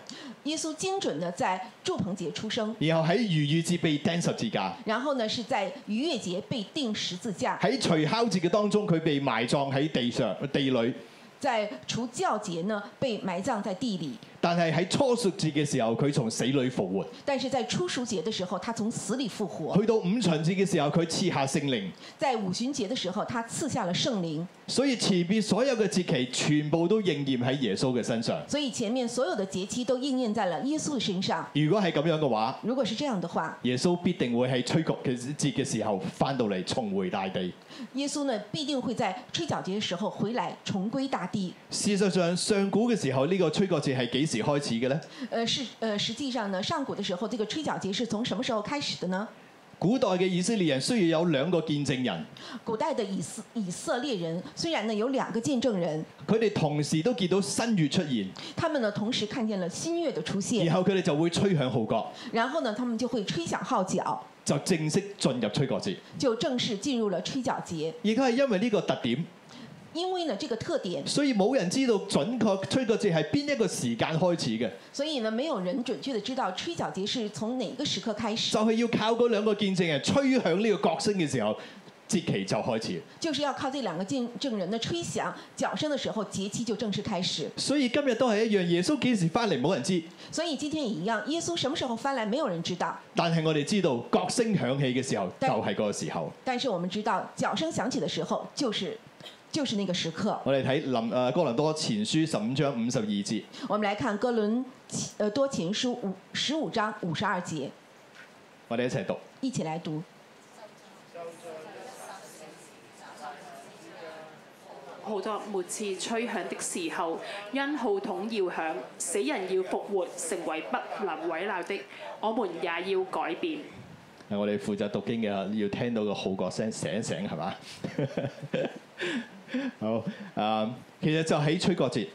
Speaker 2: 耶穌精準的在祝棚節出生，
Speaker 1: 然後喺逾越節被釘十字架，
Speaker 2: 然後呢是在逾越節被釘十字架，
Speaker 1: 喺除酵節嘅當中佢被埋葬喺地上地裏，
Speaker 2: 在除酵節呢被埋葬在地裡，
Speaker 1: 但係喺初熟節嘅時候佢從死裏復活，
Speaker 2: 但是在初熟節的時候他從死裡復活，
Speaker 1: 去到五旬節嘅時候佢賜下聖靈。
Speaker 2: 在五旬節的時候他賜下了聖靈，
Speaker 1: 所以前面所有嘅節期全部都應驗喺耶穌嘅身上。
Speaker 2: 所以前面所有的節期都應驗在了耶穌的身上。
Speaker 1: 如果係咁樣嘅話，
Speaker 2: 如果是這樣的話，
Speaker 1: 耶穌必定會喺吹角嘅節嘅時候翻到嚟重回大地。
Speaker 2: 耶穌呢必定會在吹角節的時候回來，重歸大地。
Speaker 1: 事實上，上古嘅時候呢、個吹角節係幾時開始嘅呢？
Speaker 2: 呃，是呃，實際上呢，上古的時候，這個吹角節是從什麼時候開始的呢？
Speaker 1: 古代嘅以色列人需要有兩個見證人，
Speaker 2: 古代的以色以色列人雖然呢有兩個見證人，
Speaker 1: 佢哋同時都見到新月出現，
Speaker 2: 他們呢同時看見了新月的出現，
Speaker 1: 然後佢哋就會吹響號角，
Speaker 2: 然後呢他們就會吹響號角，
Speaker 1: 就正式進入吹角節。
Speaker 2: 就正式進入了吹角節。
Speaker 1: 亦都係因為呢個特點，
Speaker 2: 因為呢這個特點，
Speaker 1: 所以冇人知道準確吹角節係邊一個時間開始嘅，
Speaker 2: 所以呢沒有人準確的知道吹角節是從哪個時刻開始
Speaker 1: 就，係要靠嗰兩個見證人吹響呢個角聲嘅時候，節期就開始。
Speaker 2: 就是要靠這兩個見證人的吹響角聲的時候，節期就正式開始。
Speaker 1: 所以今日都係一樣，耶穌幾時翻嚟冇人知，
Speaker 2: 所以今天也一樣，耶穌什麼時候翻來，沒有人知道。
Speaker 1: 但係我哋知道角聲響起嘅時候就係嗰個時候。
Speaker 2: 但是我們知道，角聲響起的時候，就是就是那個時刻。
Speaker 1: 我哋睇林誒、呃哥林多前書十五章五十二節，
Speaker 2: 我們來看哥伦呃多前書五十五章五十二節，
Speaker 1: 我哋一齊讀。
Speaker 2: 一起來讀。
Speaker 4: 號作末次吹響的時候，因號筒要響，死人要復活，成為不能毀鬧的，我們也要改變。
Speaker 1: 係我哋負責讀經嘅，要聽到個號角聲醒一醒係嘛？ 好誒、呃其實就喺吹角節，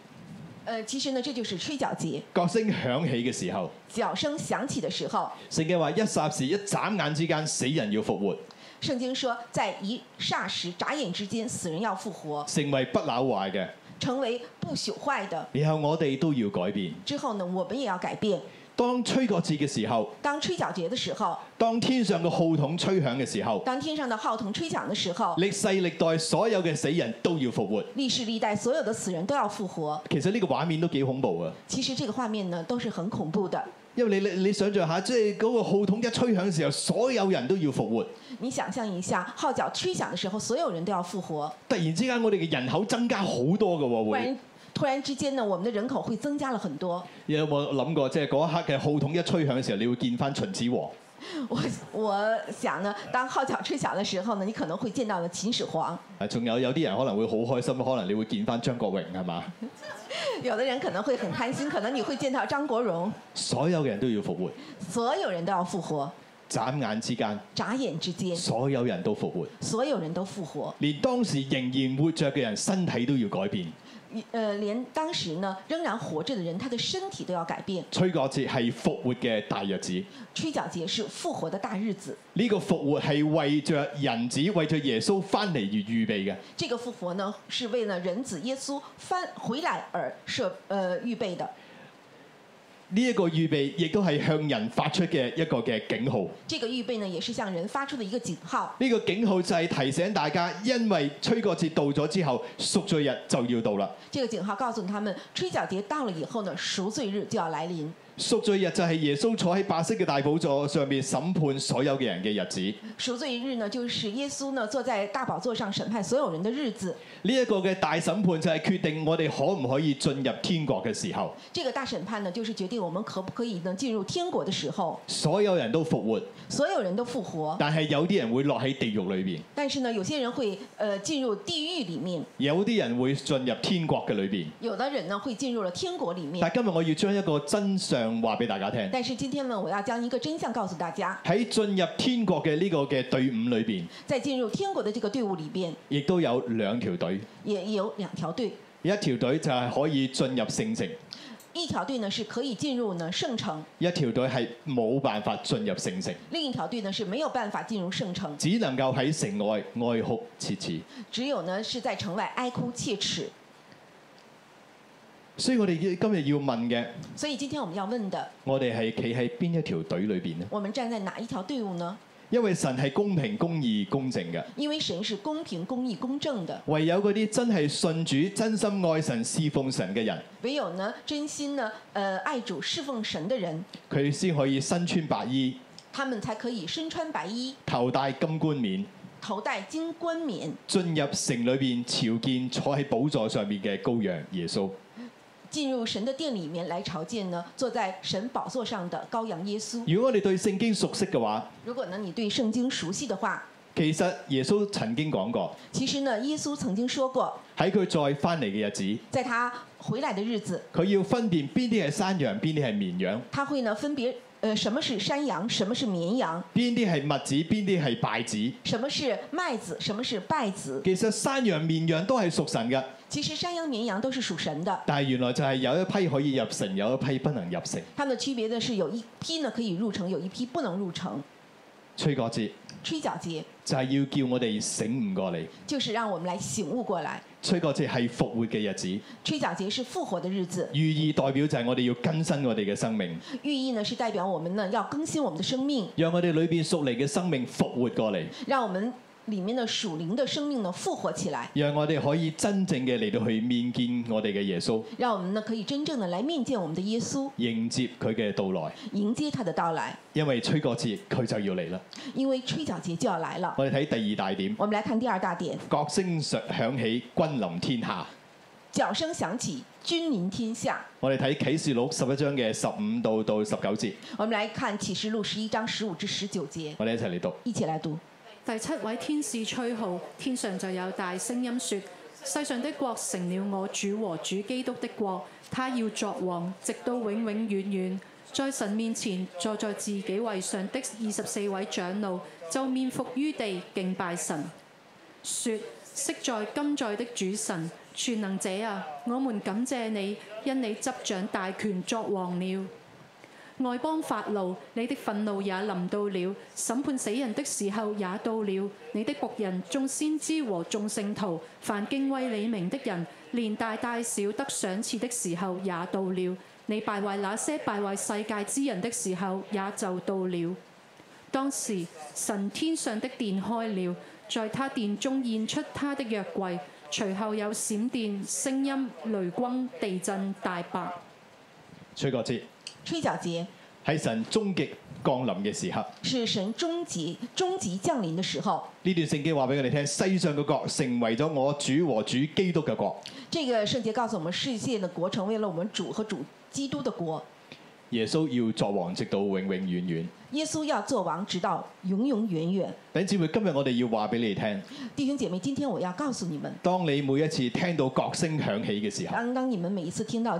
Speaker 2: 呃，其實呢，這就是吹角節，
Speaker 1: 角聲響起嘅時候，
Speaker 2: 角聲響起的時候，
Speaker 1: 聖經話一霎時一眨眼之間，死人要復活，
Speaker 2: 聖經說，在一霎時、眨眼之間，死人要復活，
Speaker 1: 成為不朽壞嘅。
Speaker 2: 成為不朽壞的。
Speaker 1: 然後我哋都要改變。
Speaker 2: 之後呢，我們也要改變。
Speaker 1: 當吹角節嘅時候，
Speaker 2: 當吹角節的時候，
Speaker 1: 當天上嘅號筒吹響嘅時候，
Speaker 2: 當天上的號筒吹響的時候，
Speaker 1: 歷世歷代所有嘅死人都要復活。
Speaker 2: 歷世歷代所有的死人都要復活。
Speaker 1: 其實呢個畫面都幾恐怖啊！
Speaker 2: 其實這個畫面呢，都是很恐怖的。
Speaker 1: 因為你你你想象下，即係嗰個號筒一吹響嘅時候，所有人都要復活。
Speaker 2: 你想象一下，號角吹響的時候，所有人都要復活，
Speaker 1: 突然之間，我哋嘅人口增加好多嘅
Speaker 2: 不
Speaker 1: 喎，會
Speaker 2: 然突然之間呢，我們的人口會增加了很多。
Speaker 1: 有冇諗過？即係嗰一刻嘅號筒一吹響嘅時候，你會見翻秦始皇。
Speaker 2: 我我想呢，當號角吹響的時候呢，你可能會見到了秦始皇，
Speaker 1: 啊，仲有有啲人可能會好開心，可能你會見翻張國榮係嘛？
Speaker 2: 有的人可能會很開心，可能你會見到張國榮。
Speaker 1: 所有嘅人都要復活，
Speaker 2: 所有人都要復活，
Speaker 1: 眨眼之間，
Speaker 2: 眨眼之間，
Speaker 1: 所有人都復活，
Speaker 2: 所有人都復活。
Speaker 1: 連當時仍然活着嘅人身體都要改變。
Speaker 2: 一呃，連當時呢仍然活着的人，他的身體都要改變。
Speaker 1: 吹角節係復活嘅大日子，
Speaker 2: 吹角節是復活的大日子，
Speaker 1: 呢、個復活係為着人子、為着耶穌翻嚟而預備嘅。
Speaker 2: 這個復活呢是為了人子耶穌翻回來而设呃預備的。
Speaker 1: 呢一個預備亦都係向人發出嘅一個嘅警號。
Speaker 2: 这个預備呢，也是向人發出的一個警號。
Speaker 1: 呢、個警號就係提醒大家，因為吹角節到咗之後，贖罪日就要到啦。
Speaker 2: 這個警號告訴他們，吹角節到了以後呢，贖罪日就要來臨。
Speaker 1: 贖罪日就係耶穌坐喺白色嘅大寶座上面審判所有嘅人嘅日子。呢、
Speaker 2: 贖罪日呢，就是耶穌呢坐在大寶座上審判所有人的日子。
Speaker 1: 一個嘅大審判就係決定我哋可唔可以進入天國嘅時候，
Speaker 2: 這個大審判呢，就是決定我們可不可以呢進入天國的時候，
Speaker 1: 所有人都復活，
Speaker 2: 所有人都復活。
Speaker 1: 但係有啲人會落喺地獄裏邊，
Speaker 2: 但是呢，有些人會呃進入地獄裡面，
Speaker 1: 有啲人會進入天國嘅裏邊。
Speaker 2: 有的人呢會進入了天國裡面。
Speaker 1: 但今日我要將一個真相話俾大家聽。
Speaker 2: 但是今天呢，我要將一個真相告訴大家，
Speaker 1: 喺進入天國嘅呢個嘅隊伍裏邊，
Speaker 2: 在進入天國的這個隊伍裡邊，
Speaker 1: 亦都有兩條隊，
Speaker 2: 也也有兩條隊，
Speaker 1: 一條隊就係可以進入聖城，
Speaker 2: 一一条队呢是可以进入呢圣城，
Speaker 1: 一條隊係冇辦法進入聖城，
Speaker 2: 另一条队呢是没有办法进入圣城，
Speaker 1: 只能夠喺城外哀哭切齒。
Speaker 2: 只有呢是在城外哀哭切齿。
Speaker 1: 所以我哋今日要問嘅，
Speaker 2: 所以今天我们要問的，
Speaker 1: 我哋係企喺邊一條隊裏邊呢？
Speaker 2: 我们站在哪一条队伍呢？
Speaker 1: 因為神係公平、公義、公正嘅，
Speaker 2: 因为神是公平、公义、公正的，
Speaker 1: 唯有嗰啲真係信主、真心愛神、侍奉神嘅人，
Speaker 2: 唯有呢真心呢呃爱主侍奉神的人，
Speaker 1: 佢先可以身穿白衣、
Speaker 2: 他们才可以身穿白衣，
Speaker 1: 頭戴金冠冕，
Speaker 2: 头戴金冠冕，
Speaker 1: 進入城裏邊朝見坐喺寶座上面嘅羔羊耶穌。
Speaker 2: 进入神的殿里面来朝见呢坐在神宝座上的羔羊耶稣。
Speaker 1: 如果我哋對聖經熟悉嘅話，
Speaker 2: 如果呢你对圣经熟悉的话，
Speaker 1: 其實耶穌曾經講過，
Speaker 2: 其实呢耶稣曾经说过，
Speaker 1: 喺佢再翻嚟嘅日子，
Speaker 2: 在他回来的日子，
Speaker 1: 佢要分辨邊啲係山羊，邊啲係綿羊，
Speaker 2: 他会呢分别呃什么是山羊，什么是绵羊，
Speaker 1: 邊啲係麥子，邊啲係稗子。
Speaker 2: 什么是麦子，什么是稗子。
Speaker 1: 其實山羊、綿羊都係屬神嘅，
Speaker 2: 其实山羊、绵羊都是属神的，
Speaker 1: 但係原來就係有一批可以入城，有一批不能入城。
Speaker 2: 它们的区别的是有一批呢可以入城，有一批不能入城。
Speaker 1: 吹角節
Speaker 2: 吹角节
Speaker 1: 就係要叫我哋醒悟過嚟。
Speaker 2: 就是让我们来醒悟过来。
Speaker 1: 吹角節係復活嘅日子，
Speaker 2: 吹角节是复活的日子，
Speaker 1: 寓意代表就係我哋要更新我哋嘅生命，
Speaker 2: 寓意呢是代表我们呢要更新我们的生命，
Speaker 1: 讓我哋裏邊屬靈嘅生命復活過嚟，
Speaker 2: 让我们里面的属灵的生命呢复活起来，
Speaker 1: 讓我哋可以真正嘅嚟到去面見我哋嘅耶穌，
Speaker 2: 让我们呢可以真正的来面见我们的耶稣，
Speaker 1: 迎接佢嘅到來。
Speaker 2: 迎接他的到来。
Speaker 1: 因為吹角節佢就要嚟啦。
Speaker 2: 因为吹角节就要来了。
Speaker 1: 我哋睇第二大點，
Speaker 2: 我们来看第二大点，
Speaker 1: 角聲響起，君臨天下。
Speaker 2: 角声响起，君临天下。
Speaker 1: 我哋睇啟示錄十一章嘅十五到到十九節，
Speaker 2: 我们来看启示录十一章十五至十九节，
Speaker 1: 我哋一齊嚟讀。
Speaker 2: 一起来读。
Speaker 3: 第七位天使吹號，天上就有大聲音說：世上的國成了我主和主基督的國，他要作王，直到永永遠遠。在神面前坐在自己位上的二十四位長老，就面伏於地敬拜神。說：昔在今在的主神，全能者啊，我們感謝你，因你執掌大權作王了。外邦發怒，你的憤怒也臨到了；審判死人的時候也到了。你的仆人眾先知和眾聖徒，凡敬畏你名的人，連大大小得賞賜的時候也到了。你敗壞那些敗壞世界之人的時候也就到了。當時神天上的殿開了，在他殿中現出他的約櫃。隨後有閃電、聲音、雷轟、地震、大白。
Speaker 1: 吹角節
Speaker 2: 吹角节
Speaker 1: 喺神終極降臨嘅時刻，
Speaker 2: 是神终极终极降临的时候。
Speaker 1: 呢段聖經話俾我哋聽，世上嘅國成為咗我主和主基督嘅國。
Speaker 2: 这个圣节告诉我们，世界的国成为了我们主和主基督的国。
Speaker 1: 耶穌要作王，直到永永遠遠。
Speaker 2: 耶稣要做王，直到永永远远。
Speaker 1: 弟兄姊妹，今日我哋要話俾你聽，
Speaker 2: 弟兄姐妹，今天我要告诉你们，
Speaker 1: 當你每一次聽到角聲響起嘅時候，
Speaker 2: 刚刚你们每一次听到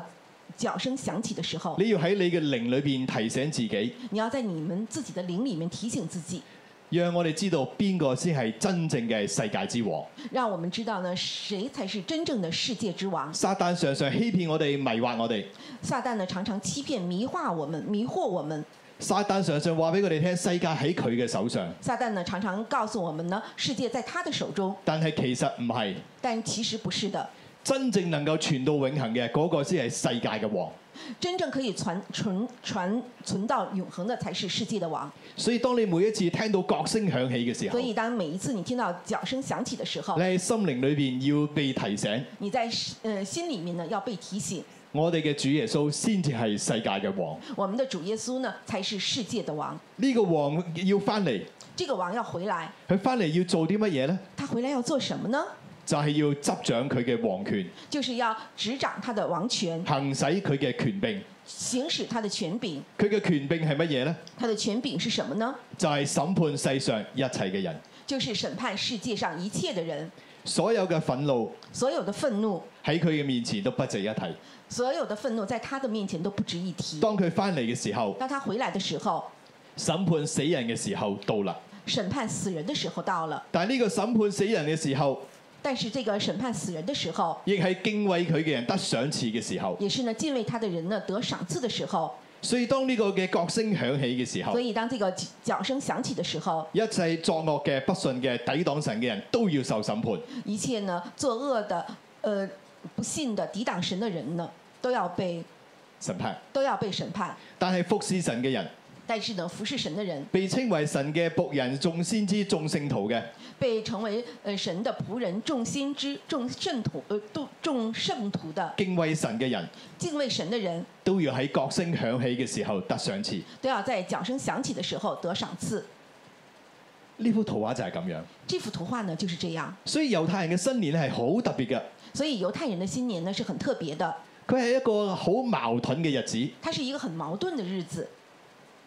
Speaker 2: 角声响起的时候，
Speaker 1: 你要喺你嘅靈裏邊提醒自己，
Speaker 2: 你要在你们自己的灵里面提醒自己，
Speaker 1: 讓我哋知道邊個先係真正嘅世界之王。
Speaker 2: 让我们知道呢，谁才是真正的世界之王。
Speaker 1: 撒旦常常欺騙我哋、迷惑我哋。
Speaker 2: 撒旦呢，常常欺骗、迷惑我们、迷惑我们。
Speaker 1: 撒旦常常話俾佢哋聽，世界喺佢嘅手上，
Speaker 2: 撒旦呢，常常告诉我们呢，世界在他的手中，
Speaker 1: 但係其實唔係。
Speaker 2: 但其实不是的。
Speaker 1: 真正能夠傳到永恆嘅嗰、個先係世界嘅王。
Speaker 2: 真正可以传存传存到永恒的，才是世界的王。
Speaker 1: 所以當你每一次聽到角聲響起嘅時候，
Speaker 2: 所以，
Speaker 1: 你
Speaker 2: 当每一次你听到角声响起的时候，
Speaker 1: 喺心靈裏邊要被提醒，
Speaker 2: 你在呃心里面呢要被提醒，
Speaker 1: 我哋嘅主耶穌先至係世界嘅王。
Speaker 2: 我们的主耶稣呢才是世界的王。
Speaker 1: 呢、個王要翻嚟，
Speaker 2: 这个王要回来，
Speaker 1: 佢翻嚟要做啲乜嘢呢？
Speaker 2: 他回来要做什么呢？
Speaker 1: 就係、要執掌佢嘅王權，
Speaker 2: 就是要执掌他的王权，
Speaker 1: 行使佢嘅權柄。
Speaker 2: 行使他的权柄。
Speaker 1: 佢嘅權柄係乜嘢呢？
Speaker 2: 他的权柄是什么呢？
Speaker 1: 就係、審判世上一切嘅人，
Speaker 2: 就是审判世界上一切的人，
Speaker 1: 所有嘅憤怒
Speaker 2: 所有的愤怒，
Speaker 1: 喺佢嘅面前都不值一提。
Speaker 2: 所有的愤怒在他的面前都不值一提。
Speaker 1: 當佢翻嚟嘅時候，
Speaker 2: 当他回来的时候，
Speaker 1: 審判死人嘅時候到啦。
Speaker 2: 审判死人的时候到了。
Speaker 1: 但係呢個審判死人嘅時候，
Speaker 2: 但是这个审判死人的时候，
Speaker 1: 亦係敬畏佢嘅人得賞賜嘅時候。
Speaker 2: 也是呢敬畏他的人呢得赏赐的时候。
Speaker 1: 所以當呢個嘅角聲響起嘅時候
Speaker 2: 所，以当这个角声响起的时候，
Speaker 1: 一切作惡嘅、不信嘅、抵擋神嘅人都要受審判。
Speaker 2: 一切呢作恶的、呃不信的、抵挡神的人呢，都要被
Speaker 1: 審判。
Speaker 2: 都要被审判。
Speaker 1: 但係服侍神嘅人，
Speaker 2: 但是呢，服侍神的人
Speaker 1: 被稱為神嘅仆人、眾先知、眾聖徒嘅，
Speaker 2: 被成为呃神的仆人、众先知、众圣徒、呃众众圣徒的
Speaker 1: 敬畏神嘅人，
Speaker 2: 敬畏神的人，
Speaker 1: 都要喺角聲響起嘅時候得賞賜。
Speaker 2: 都要在角声响起的时候得赏赐。
Speaker 1: 呢幅圖畫就係咁樣。
Speaker 2: 这幅图画呢就是这样。
Speaker 1: 所以猶太人嘅新年係好特別嘅，
Speaker 2: 所以犹太人的新年呢是很特别的，
Speaker 1: 佢係一個好矛盾嘅日子，
Speaker 2: 它是一个很矛盾的日子，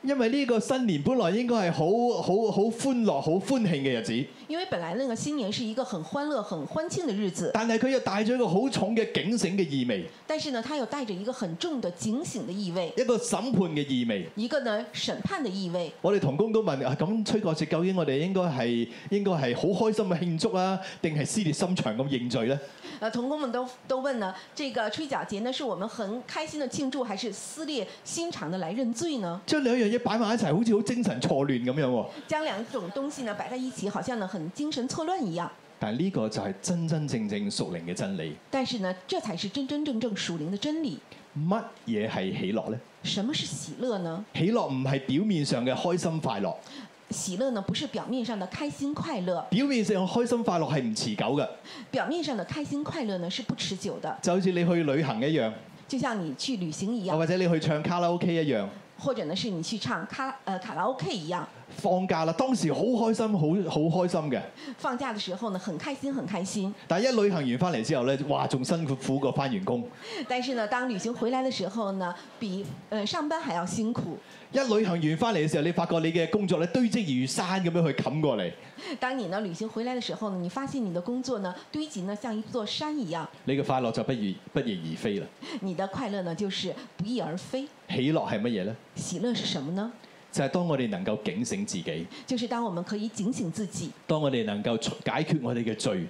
Speaker 1: 因為呢個新年本來應該係好好好歡樂、好歡慶嘅日子，
Speaker 2: 因为本来那个新年是一个很欢樂、很歡慶的日子，
Speaker 1: 但係佢又帶咗一個好重嘅警醒嘅意味，
Speaker 2: 但是呢，它又帶着一个很重的警醒的意味，
Speaker 1: 一個審判嘅意味。
Speaker 2: 一个呢审判的意味。
Speaker 1: 我哋童工都問啊，咁吹角節究竟我哋應該係應該係好開心嘅慶祝啊，定係撕裂心腸咁認罪呢？
Speaker 2: 呃，童工们都都問呢，这个吹角節呢，是我們很開心的慶祝，還是撕裂心腸的來認罪呢？
Speaker 1: 將兩樣嘢擺埋一齊，好似好精神錯亂咁樣喎。
Speaker 2: 將兩種東西呢擺在一起，好像呢很精神錯亂一樣。
Speaker 1: 但係呢個就係真真正正屬靈嘅真理。
Speaker 2: 但是呢，这才是真真正正屬靈的真理。
Speaker 1: 乜嘢係喜樂呢？
Speaker 2: 什麼是喜樂呢？
Speaker 1: 喜樂唔係表面上嘅開心快樂，
Speaker 2: 喜樂呢不是表面上的開心快樂，
Speaker 1: 表面上嘅開心快樂係唔持久嘅，
Speaker 2: 表面上的開心快樂呢是不持久的，
Speaker 1: 就好似你去旅行一樣，
Speaker 2: 就像你去旅行一
Speaker 1: 又
Speaker 2: 樣，
Speaker 1: 或者你去唱卡拉 OK 一樣。
Speaker 2: 或者呢是你去唱卡呃卡拉 OK 一樣。
Speaker 1: 放假啦，當時好開心，好好開心嘅。
Speaker 2: 放假的時候呢，很開心，很開心。
Speaker 1: 但係一旅行完翻嚟之後呢，哇，仲辛苦過翻完工。
Speaker 2: 但是呢，當旅行回來的時候呢，比呃上班還要辛苦。
Speaker 1: 一旅行完翻嚟嘅時候，你發覺你嘅工作咧堆積如山咁樣去冚過嚟，
Speaker 2: 當你呢旅行回來的時候呢，你發現你的工作呢堆積呢像一座山一樣，
Speaker 1: 你嘅快樂就不如不翼而飛啦。
Speaker 2: 你的快樂呢就是不翼而飛。
Speaker 1: 喜樂係乜嘢呢？
Speaker 2: 喜樂是什麼呢？
Speaker 1: 就係、當我哋能夠警醒自己，
Speaker 2: 就是當我們可以警醒自己，
Speaker 1: 當我哋能夠解決我哋嘅罪，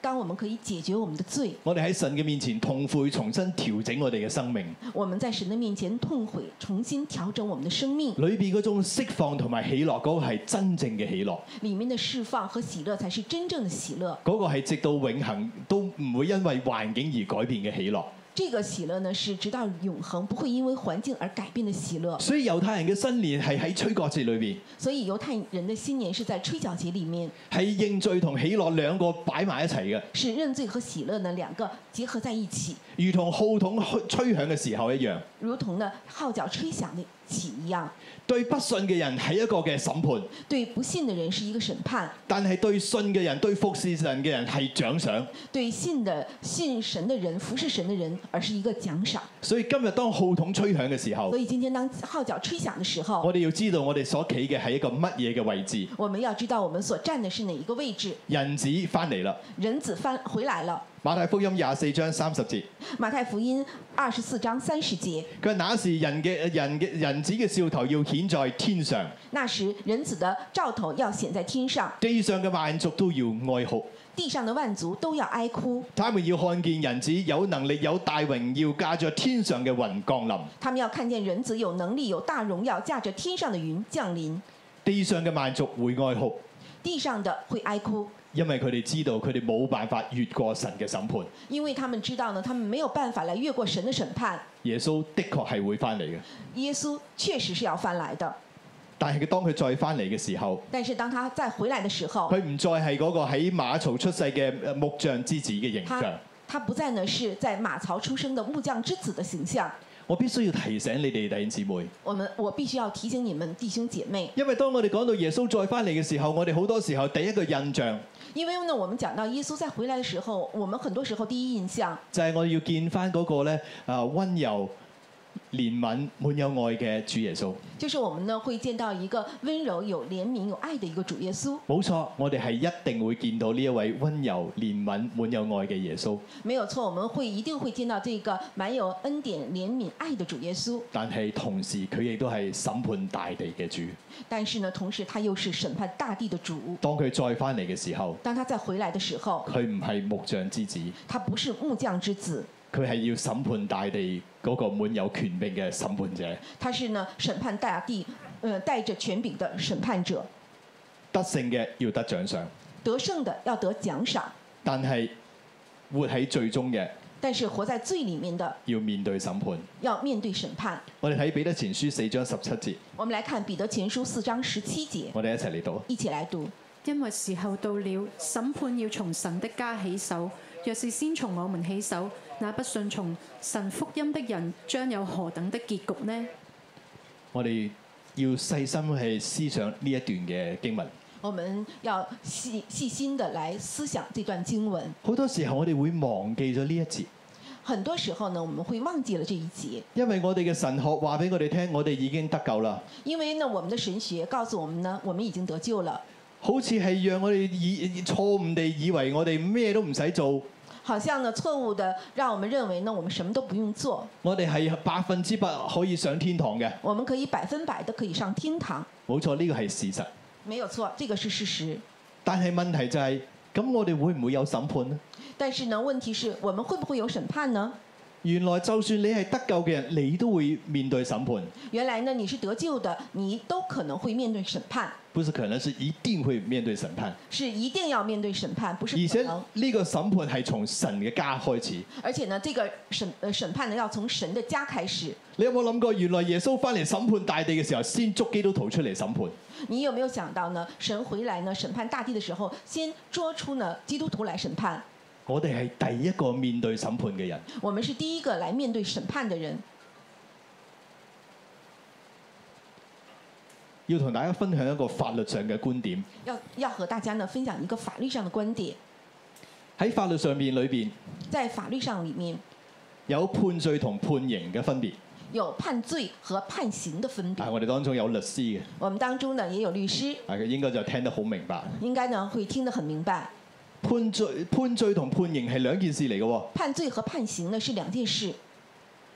Speaker 2: 當我們可以解決我們的罪，
Speaker 1: 我哋喺神嘅面前痛悔，重新調整我哋嘅生命，
Speaker 2: 我們在神的面前痛悔，重新調整我們的生命，
Speaker 1: 裏邊嗰種釋放同埋喜樂，嗰、個係真正嘅喜樂，
Speaker 2: 裡面的釋放和喜樂才是真正的喜樂。
Speaker 1: 嗰、個係直到永恆都唔會因為環境而改變嘅喜樂。
Speaker 2: 這個喜樂呢是直到永恆，不會因為環境而改變的喜樂。
Speaker 1: 所以猶太人嘅新年係喺吹角節裏邊，
Speaker 2: 所以猶太人的新年是在吹角節裡面，
Speaker 1: 係認罪同喜樂兩個擺埋一齊嘅。
Speaker 2: 是認罪和喜樂呢兩個結合在一起，
Speaker 1: 如同號筒吹響嘅時候一樣，
Speaker 2: 如同呢號角吹響的起一樣。
Speaker 1: 對不信嘅人係一個嘅審判，
Speaker 2: 對不信的人是一個審判，
Speaker 1: 但係對信嘅人、對服侍神嘅人係獎賞。
Speaker 2: 對信的信神的人、服侍神的人，而是一個獎賞。
Speaker 1: 所以今日當號筒吹響嘅時
Speaker 2: 所
Speaker 1: 候，
Speaker 2: 以今天當號角吹響的時候，
Speaker 1: 我哋要知道我哋所企嘅係一個乜嘢嘅位置。
Speaker 2: 我們要知道我們所站的是哪一個位置。
Speaker 1: 人子翻嚟啦，
Speaker 2: 人子翻回來了，
Speaker 1: 馬太福音廿四章三十節，
Speaker 2: 馬太福音二十四章三十節。
Speaker 1: 佢話那時人嘅人嘅人子嘅兆頭要顯在天上，
Speaker 2: 那時人子的兆頭要顯在天上，
Speaker 1: 地上嘅萬族都要哀哭。
Speaker 2: 地上的萬族都要哀哭。
Speaker 1: 他們要看見人子有能力、有大榮耀，駕着天上嘅雲降臨，
Speaker 2: 他們要看見人子有能力、有大榮耀，駕着天上的雲降臨。
Speaker 1: 地上嘅萬族會哀哭。
Speaker 2: 地上的會哀哭，
Speaker 1: 因為佢哋知道佢哋冇辦法越過神嘅審判。
Speaker 2: 因為他們知道呢，他們沒有辦法來越過神的審判。
Speaker 1: 耶穌的確係會翻嚟嘅，
Speaker 2: 耶穌確實是要翻來的，
Speaker 1: 但係佢當佢再翻嚟嘅時候，
Speaker 2: 但是當他再回來的時候，
Speaker 1: 佢唔再係嗰個喺馬槽出世嘅呃木匠之子嘅形
Speaker 2: 他
Speaker 1: 象。
Speaker 2: 他不再呢是在馬槽出生的木匠之子的形象。
Speaker 1: 我必須要提醒你哋弟兄姊妹，
Speaker 2: 我們我必須要提醒你們弟兄姐妹，
Speaker 1: 因為當我哋講到耶穌再翻嚟嘅時候，我哋好多時候第一個印象
Speaker 2: 因為呢，我們講到耶穌再回來的時候，我們很多時候第一印象
Speaker 1: 就係我哋要見翻嗰個咧啊温柔憐憫、滿有愛嘅主耶穌。
Speaker 2: 就是我们呢会见到一个温柔、有怜悯、有爱的一个主耶稣。
Speaker 1: 冇錯，我哋係一定會見到呢一位温柔、憐憫、滿有愛嘅耶穌。
Speaker 2: 没有错，我们会一定会见到这个满有恩典、怜悯、爱的主耶稣。
Speaker 1: 但係同時佢亦都係審判大地嘅主。
Speaker 2: 但是呢，同时他又是审判大地的主。
Speaker 1: 當佢再翻嚟嘅時候，
Speaker 2: 当他再回来的时候，
Speaker 1: 佢唔係木匠之子，
Speaker 2: 他不是木匠之子，
Speaker 1: 佢係要審判大地嗰個滿有權柄嘅審判者。
Speaker 2: 他是呢审判大地，呃，带着权柄的审判者。
Speaker 1: 得勝嘅要得獎賞，
Speaker 2: 得胜的要得奖赏，
Speaker 1: 但係活喺最終嘅
Speaker 2: 但是活在罪里面的
Speaker 1: 要面對審判。
Speaker 2: 要面对审判。
Speaker 1: 我哋睇彼得前書四章十七節，
Speaker 2: 我们来看彼得前书四章十七节，
Speaker 1: 我哋一齊嚟讀。
Speaker 2: 一起来读。
Speaker 3: 因為時候到了，審判要從神的家起手。若是先從我們起手，那不信從神福音的人將有何等的結局呢？
Speaker 1: 我哋要細心去思想呢一段嘅經文。
Speaker 2: 我们要细细心的来思想这段经文。
Speaker 1: 好多時候我哋會忘記咗呢一節，
Speaker 2: 很多时候呢，我们会忘记了这一节，
Speaker 1: 因為我哋嘅神學話俾我哋聽，我哋已經得救啦。
Speaker 2: 因为呢，我们的神学告诉我們呢，我们已经得救了，
Speaker 1: 好似係讓我哋以錯誤地以為我哋咩都唔使做，
Speaker 2: 好像呢错误的让我们认为呢，我们什么都不用做，
Speaker 1: 我哋係百分之百可以上天堂嘅。
Speaker 2: 我们可以百分百的可以上天堂，
Speaker 1: 冇錯，呢個係事實。
Speaker 2: 没有错，这个是事实。
Speaker 1: 但係問題就係、咁我哋會唔會有審判呢？
Speaker 2: 但是呢，问题是我们会不会有审判呢？
Speaker 1: 原來就算你係得救嘅人，你都會面對審判。
Speaker 2: 原来呢，你是得救的，你都可能会面对审判，
Speaker 1: 不是可能，是一定會面對審判。
Speaker 2: 是一定要面对审判，不是
Speaker 1: 而且
Speaker 2: 可能。
Speaker 1: 呢個審判係從神嘅家開始。
Speaker 2: 而且呢，这个审呃审判呢，要從神的家開始。
Speaker 1: 你有冇諗過？原來耶穌翻嚟審判大地嘅時候，先捉基督徒出嚟審判。
Speaker 2: 你有没有想到呢？神回来呢，审判大地的时候，先捉出呢基督徒来审判。
Speaker 1: 我哋係第一個面對審判嘅人。
Speaker 2: 我们是第一个来面对审判的人。
Speaker 1: 要同大家分享一個法律上嘅觀點。
Speaker 2: 要要和大家呢分享一个法律上的觀點，
Speaker 1: 喺法律上面裏邊
Speaker 2: 在法律上里面
Speaker 1: 有判罪同判刑嘅分別。
Speaker 2: 有判罪和判刑的分
Speaker 1: 啊，
Speaker 2: 別。
Speaker 1: 我哋當中有律師嘅，
Speaker 2: 我們當中呢也有律師，
Speaker 1: 啊，佢應該就聽得好明白。
Speaker 2: 應該呢會聽得很明白。
Speaker 1: 判罪、判罪同判刑係兩件事嚟嘅喎。
Speaker 2: 判罪和判刑呢是两件事，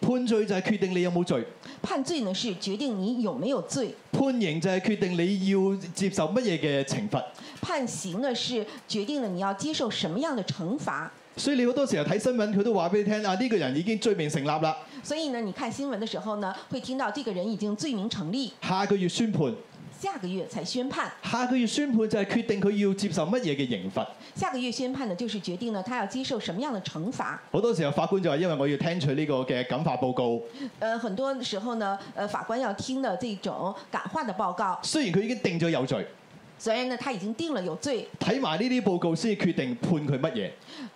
Speaker 1: 判罪就係決定你有冇罪，
Speaker 2: 判罪呢是决定你有没有罪，
Speaker 1: 判刑就係決定你要接受乜嘢嘅懲罰。
Speaker 2: 判刑呢是决定了你要接受什么样的懲罰。
Speaker 1: 所以你好多時候睇新聞，佢都話俾你聽啊，呢、個人已經罪名成立啦，
Speaker 2: 所以呢，你看新闻的时候呢，会听到这个人已经罪名成立，
Speaker 1: 下個月宣判，
Speaker 2: 下个月才宣判。
Speaker 1: 下個月宣判就係決定佢要接受乜嘢嘅刑罰。
Speaker 2: 下个月宣判呢，就是决定了他要接受什么样的惩罚。
Speaker 1: 好多時候法官就話，因為我要聽取呢個嘅感化報告，
Speaker 2: 呃，很多時候呢，呃，法官要听的这种感化的報告，
Speaker 1: 雖然佢已經定咗有罪。
Speaker 2: 虽然呢他已经定了有罪，
Speaker 1: 睇埋呢啲報告先決定判佢乜嘢。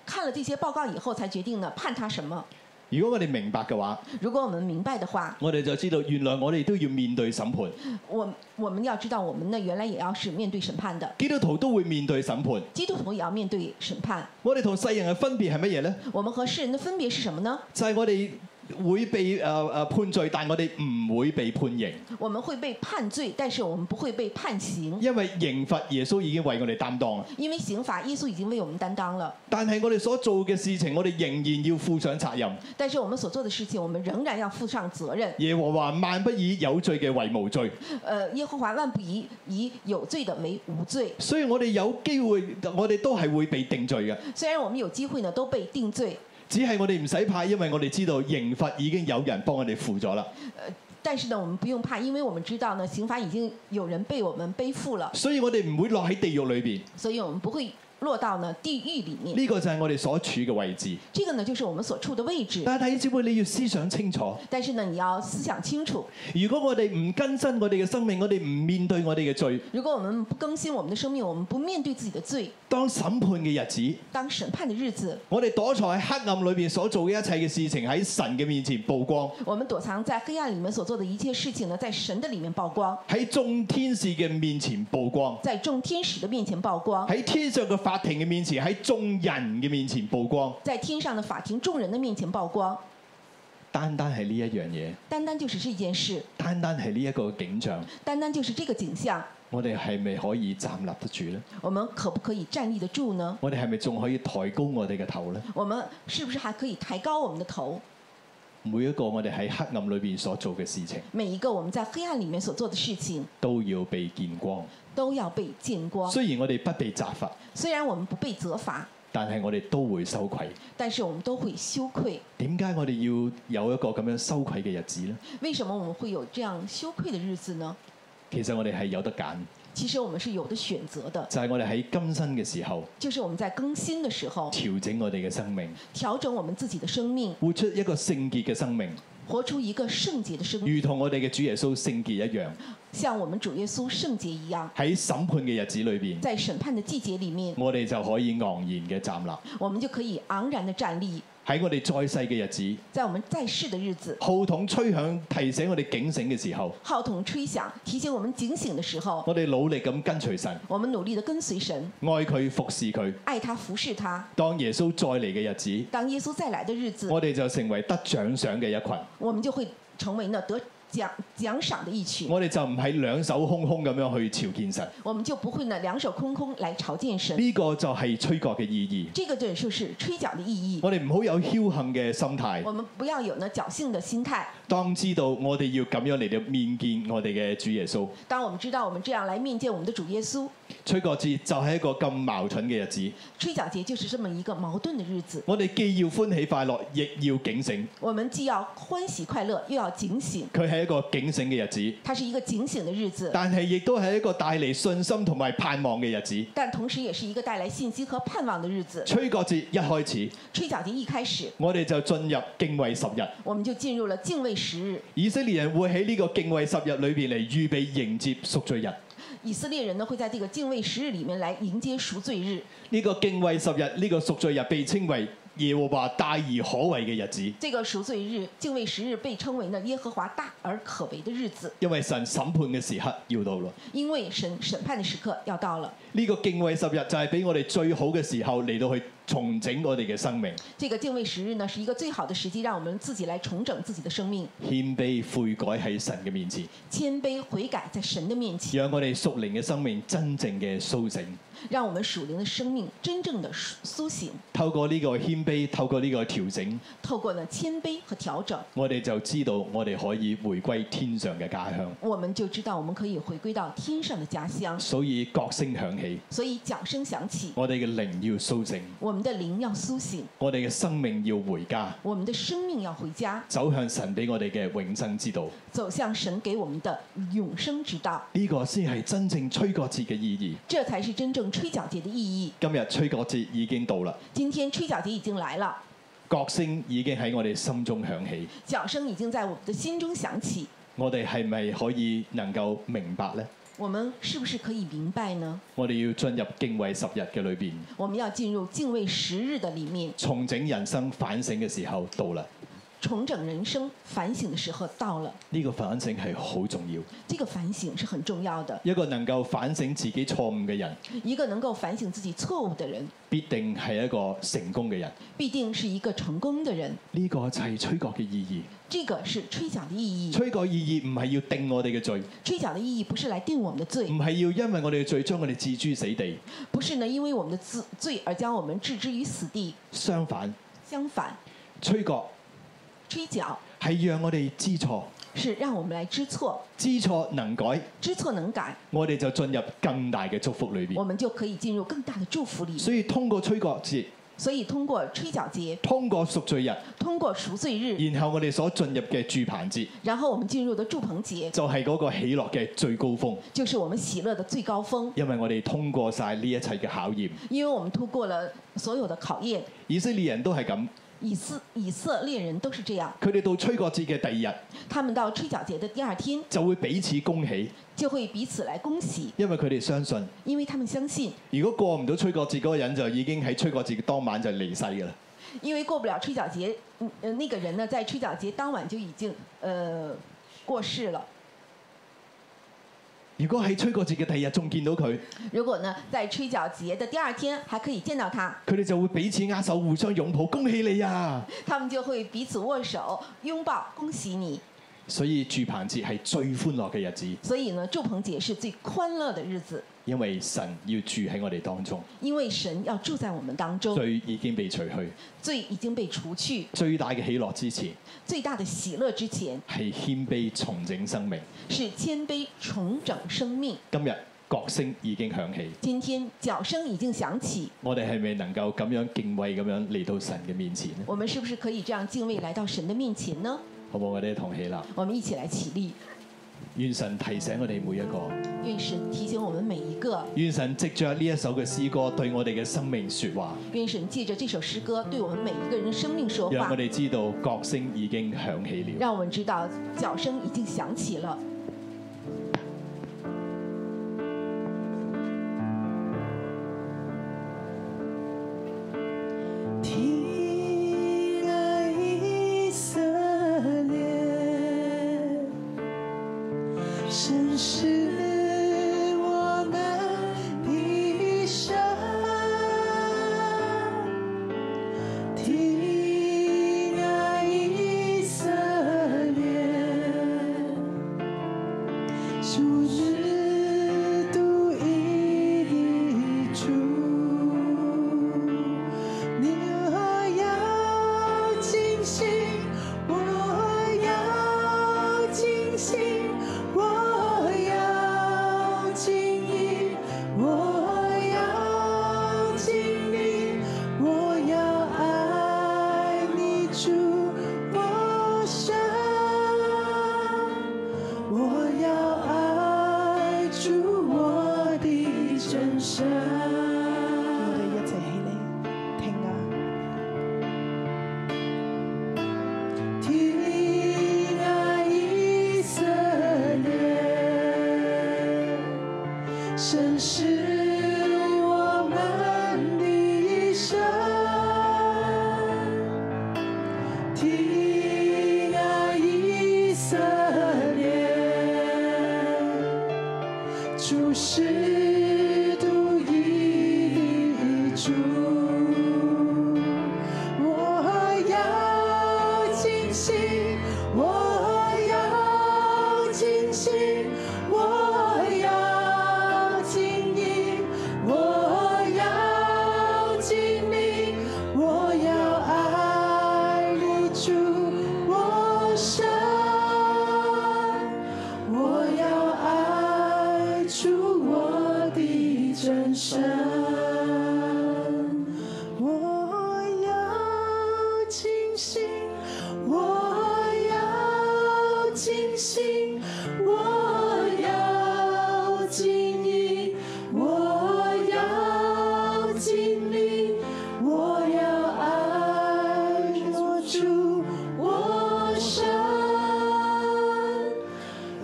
Speaker 2: 看了这些報告以后才决定呢判他什么。
Speaker 1: 如果我哋明白嘅話，
Speaker 2: 如果我们明白的话，
Speaker 1: 我哋就知道原來我哋都要面對審判，
Speaker 2: 我我们要知道，我们呢原来也要是面对审判的，
Speaker 1: 基督徒都會面對審判。
Speaker 2: 基督徒也要面对审判。
Speaker 1: 我哋同世人嘅分別係乜嘢呢？
Speaker 2: 我们和世人的分别是什么呢？
Speaker 1: 就係、我哋會被誒誒、呃呃判罪，但我哋唔會被判刑，
Speaker 2: 我们会被判罪，但是我们不会被判刑，
Speaker 1: 因為刑罰耶穌已經為我哋擔當啦。啊
Speaker 2: 因为刑罚耶稣已经为我们担当了。
Speaker 1: 但係我哋所做嘅事情，我哋仍然要負上責任。
Speaker 2: 但是我们所做的事情，我们仍然要负上责任。
Speaker 1: 耶和華萬不以有罪嘅為無罪，
Speaker 2: 呃，耶和华万不以以有罪的为无罪。
Speaker 1: 所以我哋有機會，我哋都係會被定罪嘅。
Speaker 2: 虽然我们有机会呢都被定罪，
Speaker 1: 只係我哋唔使怕，因為我哋知道刑罰已經有人幫我哋付咗啦。
Speaker 2: 但是呢我们不用怕，因为我们知道呢刑罚已经有人被我们背负了，
Speaker 1: 所以我哋唔會落喺地獄裏邊。
Speaker 2: 所以我们不会落到呢地狱里面。
Speaker 1: 呢、個就係我哋所處嘅位置。
Speaker 2: 这个呢就是我们所处的位置。
Speaker 1: 但係弟兄姊妹，你要思想清楚。
Speaker 2: 但是呢，你要思想清楚，
Speaker 1: 如果我哋唔更新我哋嘅生命，我哋唔面對我哋嘅罪，
Speaker 2: 如果我们不更新我们的生命，我们不面对自己的罪，
Speaker 1: 當審判嘅日子，
Speaker 2: 当审判的日子，
Speaker 1: 我哋躲藏喺黑暗裏邊所做嘅一切嘅事情，喺神嘅面前曝光，
Speaker 2: 我们躲藏在黑暗里面所做的一切事情呢，在神的里面曝光，
Speaker 1: 喺眾天使嘅面前曝光，
Speaker 2: 在众天使的面前曝光，
Speaker 1: 喺天上嘅法庭嘅面前，喺眾人嘅面前曝光。
Speaker 2: 在天上的法庭众人的面前曝光。
Speaker 1: 單單係呢一樣嘢，
Speaker 2: 单单就只是一件事，
Speaker 1: 單單係呢一個景象，
Speaker 2: 单单就是这个景象，
Speaker 1: 我哋係咪可以站立得住呢？
Speaker 2: 我们可不可以站立得住呢？
Speaker 1: 我哋係咪仲可以抬高我哋嘅頭呢？
Speaker 2: 我们是不是还可以抬高我们的头？
Speaker 1: 每一個我哋喺黑暗裏邊所做嘅事情，
Speaker 2: 每一个我们在黑暗里面所做的事情，
Speaker 1: 都要被見光。
Speaker 2: 都要被见光。
Speaker 1: 雖然我哋不被責罰，
Speaker 2: 虽然我们不被责罚，
Speaker 1: 但係我哋都會羞愧。
Speaker 2: 但是我们都会羞愧。
Speaker 1: 點解我哋要有一個咁樣羞愧嘅日子呢？
Speaker 2: 为什么我们会有这样羞愧的日子呢？
Speaker 1: 其實我哋係有得揀，
Speaker 2: 其实我们是有的选择的，
Speaker 1: 就係、我哋喺今生嘅時候
Speaker 2: 就是我们在更新的时候
Speaker 1: 調整我哋嘅生命，
Speaker 2: 调整我们自己的生命，
Speaker 1: 活出一個聖潔嘅生命，
Speaker 2: 活出一个圣洁的生命，
Speaker 1: 如同我哋嘅主耶穌聖潔一樣。
Speaker 2: 像我们主耶稣圣洁一样。
Speaker 1: 喺審判嘅日子裏邊，
Speaker 2: 在审判的季节里面，
Speaker 1: 我哋就可以昂然嘅站立。
Speaker 2: 我们就可以昂然的站立。
Speaker 1: 喺我哋在世嘅日子，
Speaker 2: 在我们在世的日子，
Speaker 1: 號筒吹響提醒我哋警醒嘅時候，
Speaker 2: 号筒吹响，提醒我们警醒的时候，
Speaker 1: 我哋努力咁跟隨神，
Speaker 2: 我们努力的跟随神，
Speaker 1: 愛佢服侍佢。
Speaker 2: 爱他，服侍他。
Speaker 1: 當耶穌再嚟嘅日子，
Speaker 2: 当耶稣再来的日子，
Speaker 1: 我哋就成為得獎賞嘅一群。
Speaker 2: 我们就会成为那得奖奖赏的一群，
Speaker 1: 我哋就唔係兩手空空咁樣去朝見神。
Speaker 2: 我们就不会呢两手空空来朝见神。
Speaker 1: 呢、個就係吹角嘅意義。
Speaker 2: 这个就就是吹角的意义。
Speaker 1: 我哋唔好有僥倖嘅心態。
Speaker 2: 我们不要有呢侥幸的心态。
Speaker 1: 當知道我哋要咁樣嚟到面見我哋嘅主耶穌，
Speaker 2: 当我们知道我们这样来面见我们的主耶稣，
Speaker 1: 吹角節就係一個咁矛盾嘅日子。
Speaker 2: 吹角节就是这么一个矛盾的日子。
Speaker 1: 我哋既要歡喜快樂，亦要警醒。
Speaker 2: 我们既要欢喜快乐，又要警醒，
Speaker 1: 佢係一個警醒嘅日子，
Speaker 2: 它是一个警醒的日子，
Speaker 1: 但係亦都係一個帶嚟信心同埋盼望嘅日子。
Speaker 2: 但同时也是一个带来信息和盼望的日子。
Speaker 1: 吹角節一開始，
Speaker 2: 吹角节一开始，
Speaker 1: 我哋就進入敬畏十日。
Speaker 2: 我们就进入了敬畏十日。
Speaker 1: 以色列人會喺呢個敬畏十日裏邊嚟預備迎接贖罪日。
Speaker 2: 以色列人呢会在这个敬畏十日里面来迎接赎罪日。
Speaker 1: 呢、個敬畏十日，呢、個贖罪日被稱為耶和華大而可畏嘅日子，
Speaker 2: 这个赎罪日、敬畏十日被称为呢耶和华大而可为的日子，
Speaker 1: 因為神審判嘅時刻要到啦。
Speaker 2: 因為神审判的时刻要到了。
Speaker 1: 呢、個敬畏十日就係俾我哋最好嘅時候嚟到去重整我哋嘅生命，
Speaker 2: 这个敬畏十日呢是一个最好的时机，让我们自己来重整自己的生命，
Speaker 1: 謙卑悔改喺神嘅面前，
Speaker 2: 谦卑悔改在神的面前，
Speaker 1: 讓我哋屬靈嘅生命真正嘅甦醒。
Speaker 2: 让我们属灵的生命真正的苏醒。
Speaker 1: 透過呢個謙卑，透過呢個調整，
Speaker 2: 透过呢谦卑和调整，
Speaker 1: 我哋就知道我哋可以回歸天上嘅家鄉。
Speaker 2: 我们就知道我们可以回歸到天上的家乡。
Speaker 1: 所以角聲響起，
Speaker 2: 所以角声响起，
Speaker 1: 我哋嘅靈要甦醒，
Speaker 2: 我们的灵要苏醒，
Speaker 1: 我哋嘅生命要回家。
Speaker 2: 我们的生命要回家，
Speaker 1: 走向神俾我哋嘅永生之道，
Speaker 2: 走向神给我们的永生之道。
Speaker 1: 呢、個先係真正吹角節嘅意義。
Speaker 2: 这才是真正吹角节的意义。
Speaker 1: 今日吹角節已經到啦，
Speaker 2: 今天吹角节已经来了，
Speaker 1: 角聲已經喺我哋心中響起，
Speaker 2: 角声已经在我们的心中响起。
Speaker 1: 我哋係咪可以能夠明白呢？
Speaker 2: 我们是不是可以明白呢？
Speaker 1: 我哋要進入敬畏十日嘅裏邊，
Speaker 2: 我们要进入敬畏十日的里面，
Speaker 1: 重整人生反省嘅時候到啦。
Speaker 2: 重整人生、反省的时候到了。
Speaker 1: 呢、個反省係好重要，
Speaker 2: 这个反省是很重要的。
Speaker 1: 一個能夠反省自己錯誤嘅人，
Speaker 2: 一个能够反省自己错误的人，
Speaker 1: 必定係一個成功嘅人。
Speaker 2: 必定是一个成功的人。
Speaker 1: 呢、個就係吹角嘅意
Speaker 2: 这个是吹角的意
Speaker 1: 義。
Speaker 2: 义。
Speaker 1: 吹角意義唔係要定我哋嘅罪，唔
Speaker 2: 吹角的意义不是来定我们的罪，
Speaker 1: 係要因為我哋嘅罪將我哋置諸死地。
Speaker 2: 不是呢因为我们的自罪而将我们置之于死地。
Speaker 1: 相反，
Speaker 2: 相反，
Speaker 1: 吹角
Speaker 2: 吹角
Speaker 1: 係讓我哋知錯，
Speaker 2: 是让我们来知错，
Speaker 1: 知錯能改，
Speaker 2: 知错能改，
Speaker 1: 我哋就進入更大嘅祝福裏
Speaker 2: 我
Speaker 1: 邊。
Speaker 2: 们就可以进入更大的祝福里。
Speaker 1: 所以通過吹角節，
Speaker 2: 所以，通过吹角节，
Speaker 1: 通過贖罪日，
Speaker 2: 通过赎罪日，
Speaker 1: 然後我哋所進入嘅住棚節，
Speaker 2: 然後我们进入的祝棚节，
Speaker 1: 就係嗰個喜樂嘅最高峰，
Speaker 2: 就是我们喜乐的最高峰，
Speaker 1: 因為我哋通過晒呢一切嘅考驗。
Speaker 2: 因为我们通过了所有的考验。
Speaker 1: 以色列人都係咁，
Speaker 2: 以色以色列人都是这样，
Speaker 1: 佢哋到吹角節嘅第二日
Speaker 2: 他们到吹角节的第二天
Speaker 1: 就會彼此恭喜，
Speaker 2: 就会彼此来恭喜，
Speaker 1: 因為佢哋相信，
Speaker 2: 因为他们相信，
Speaker 1: 如果過唔到吹角節嗰個人就已經喺吹角節嘅當晚就離世㗎啦。
Speaker 2: 因为过不了吹角节，嗯呃，那个人呢，在吹角节当晚就已经呃过世了。
Speaker 1: 如果喺吹角節嘅第二日仲見到佢，
Speaker 2: 如果呢，在吹角节的第二天还可以见到他，
Speaker 1: 佢哋就會彼此握手、互相擁抱，恭喜你啊！
Speaker 2: 他们就会彼此握手、拥抱、恭喜你。
Speaker 1: 所以住棚節係最歡樂嘅日子，
Speaker 2: 所以呢，祝棚节是最欢乐的日子，
Speaker 1: 因為神要住喺我哋當中，
Speaker 2: 因为神要住在我们当中，
Speaker 1: 罪已經被除去，
Speaker 2: 罪已经被除去，
Speaker 1: 最大嘅喜樂之前
Speaker 2: 最大的喜乐之前
Speaker 1: 係謙卑重整生命。
Speaker 2: 是谦卑重整生命。
Speaker 1: 今日角聲已經響起，
Speaker 2: 今天角声已经响起，
Speaker 1: 我哋係咪能夠咁樣敬畏咁樣嚟到神嘅面前呢？
Speaker 2: 我们是不是可以这样敬畏来到神的面前呢？
Speaker 1: 好唔好？我哋一同起立，
Speaker 2: 我们一起来起立，
Speaker 1: 願神提醒我哋每一個，
Speaker 2: 愿神提醒我们每一个，
Speaker 1: 願神藉着呢一首嘅詩歌對我哋嘅生命説話，
Speaker 2: 愿神借着这首诗歌对我们每一个人的生命说
Speaker 1: 讓
Speaker 2: 话
Speaker 1: 我，哋知道角聲已經響起了。
Speaker 2: 让我们知道角声已经响起了。
Speaker 5: 提拉以色列，神是我们的神。提拉以色列，主是独一的主。你我要尽心，我要尽心，我要尽意，我要尽力，我要爱你主我神，我要爱主我的真神。我哋一齐起嚟。听啊！听啊，以色列，神是我们的神。听啊，以色列。主是独一的主，我要尽心，我要尽心，我要尽意，我要尽力，我要爱你主，我神。我要爱主我的真神，我要尽心，我要尽心，我要尽意，我要尽力，我要爱我主我神。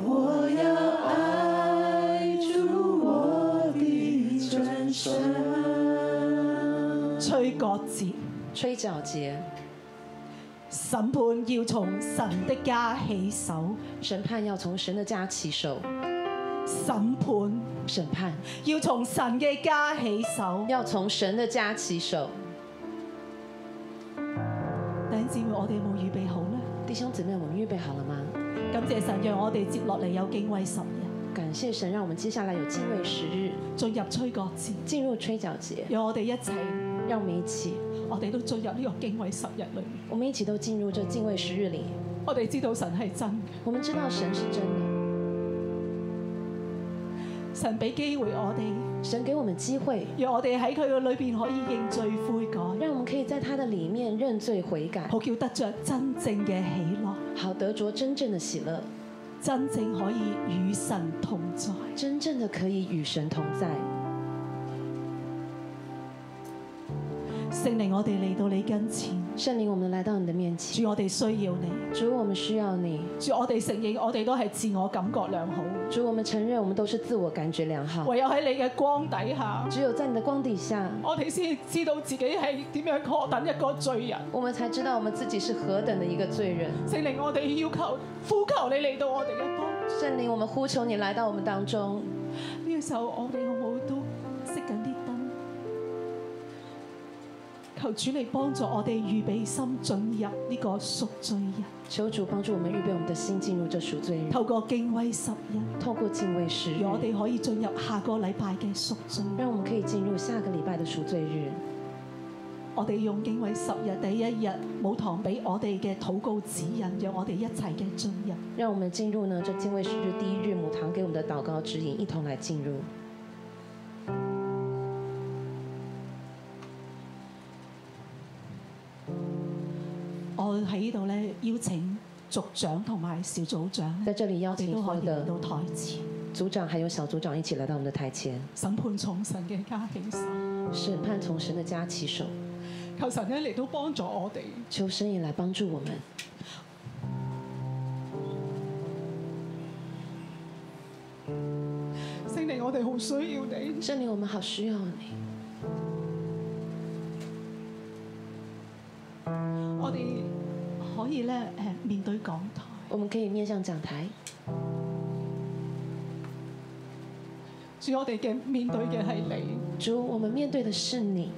Speaker 5: 我要爱主我的真神。
Speaker 6: 吹角節，
Speaker 7: 吹角节，
Speaker 6: 審判要從神的家起手，
Speaker 7: 审判要从神的家起手，
Speaker 6: 審判
Speaker 7: 审判
Speaker 6: 要從神嘅家起手。
Speaker 7: 要从神的家起手。
Speaker 6: 弟兄姊妹，我哋有冇預備好呢？
Speaker 7: 弟兄姊妹，我们预备好了吗？
Speaker 6: 感謝神讓我哋接落嚟有敬畏十日，
Speaker 7: 感谢神，让我们接下来有敬畏十日，
Speaker 6: 進入吹角節，
Speaker 7: 进入吹角节，
Speaker 6: 讓我哋一齊，
Speaker 7: 让我们一起，
Speaker 6: 我哋都進入呢個敬畏十日裏面。
Speaker 7: 我们一起都进入这敬畏十日里。
Speaker 6: 我哋知道神係真嘅，
Speaker 7: 我们知道神是真的，
Speaker 6: 神俾機會我哋，
Speaker 7: 神给我们机会，
Speaker 6: 讓我哋喺佢嘅裏邊可以認罪悔改，
Speaker 7: 让我们可以在他的里面认罪悔改，
Speaker 6: 好叫得着真正嘅喜樂，
Speaker 7: 好得着真正的喜乐，
Speaker 6: 真正可以與神同在。
Speaker 7: 真正的可以与神同在。
Speaker 6: 聖靈，我哋嚟到你跟前。
Speaker 7: 圣灵，我们来到你的面前，
Speaker 6: 主，我哋需要你。
Speaker 7: 主，我们需要你，
Speaker 6: 主，我哋承認我哋都係自我感覺良好，
Speaker 7: 主，我们承认我们都是自我感觉良好，
Speaker 6: 唯有喺你嘅光底下，
Speaker 7: 只有在你的光底下，
Speaker 6: 我哋先知道自己係點樣何等一個罪人。
Speaker 7: 我们才知道我们自己是何等的一個罪人。
Speaker 6: 聖靈，我哋要求呼求你嚟到我哋嘅當中。
Speaker 7: 圣灵，我们呼求你来到我们当中。
Speaker 5: 呢個時候我哋好唔好都熄緊啲燈？求主嚟幫助我哋預備心進入呢個贖罪日，
Speaker 7: 求主帮助我们预备我们的心，进入这赎罪日，
Speaker 5: 透過敬畏十日，
Speaker 7: 透过敬畏时日，
Speaker 5: 讓我哋可以進入下個禮拜嘅贖罪日。
Speaker 7: 让我们可以进入下个礼拜的赎罪日。
Speaker 5: 我哋用敬畏十日第一日母堂俾我哋嘅禱告指引，讓我哋一齊嘅進入。
Speaker 7: 让我们进入呢这敬畏时日第一日母堂给我们的祷告指引，一同来进入。
Speaker 5: 我喺呢度咧邀請族長同埋小組長
Speaker 7: 在
Speaker 5: 咧，
Speaker 7: 这里邀
Speaker 5: 我哋
Speaker 7: 请
Speaker 5: 都
Speaker 7: 所
Speaker 5: 可以
Speaker 7: 有
Speaker 5: 嚟
Speaker 7: 的
Speaker 5: 到台前
Speaker 7: 组长还有小组长一起来到我们的台前，
Speaker 5: 審判重神嘅家庭手。
Speaker 7: 审判从神的家起手，
Speaker 5: 求神咧嚟到幫助我哋。
Speaker 7: 求神也来帮助我们。
Speaker 5: 聖靈，我哋好需要你，
Speaker 7: 圣灵，我们好需要你，
Speaker 5: 我哋可以咧誒面對講台，
Speaker 7: 我们可以面向讲台，
Speaker 5: 主我哋嘅面對嘅係你。
Speaker 7: 主，我们面对的是你，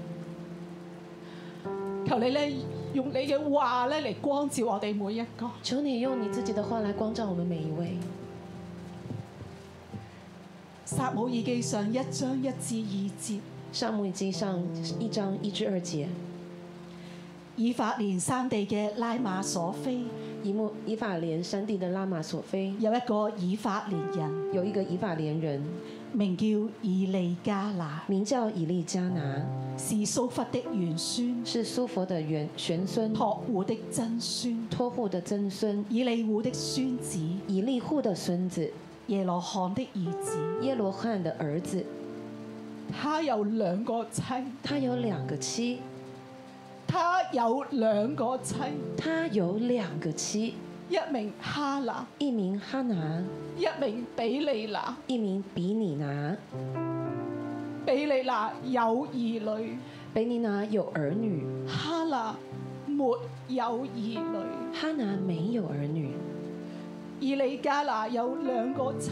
Speaker 5: 求你咧用你嘅話咧嚟光照我哋每一個。
Speaker 7: 求你用你自己的话来光照我们每一位。
Speaker 5: 撒母耳記上一章一至二節。
Speaker 7: 上母以记上一章一至二节，
Speaker 5: 以法連山地嘅拉馬所非
Speaker 7: 以目以法莲山地的拉玛索菲
Speaker 5: 有一個以法連人，
Speaker 7: 有一个以法莲人，
Speaker 5: 名叫以利加拿，
Speaker 7: 名叫以利加拿，
Speaker 5: 是蘇弗的玄孫，
Speaker 7: 是苏佛的元玄孙，
Speaker 5: 托户的曾孫，
Speaker 7: 托户的曾孙，
Speaker 5: 以利户的孫子，
Speaker 7: 以利户的孙子，
Speaker 5: 耶羅罕的兒子。
Speaker 7: 耶罗汉的儿子。
Speaker 5: 他有兩個妻，
Speaker 7: 他有两个妻，
Speaker 5: 他有兩個妻，
Speaker 7: 他有两个妻，
Speaker 5: 一名哈拿，
Speaker 7: 一名哈拿，
Speaker 5: 一名比利拿。
Speaker 7: 一名比尼拿。
Speaker 5: 比利拿有兒女，
Speaker 7: 比尼拿有儿女，
Speaker 5: 哈拿沒有兒女。
Speaker 7: 哈拿没有儿女。
Speaker 5: 以利加拿有兩個妻，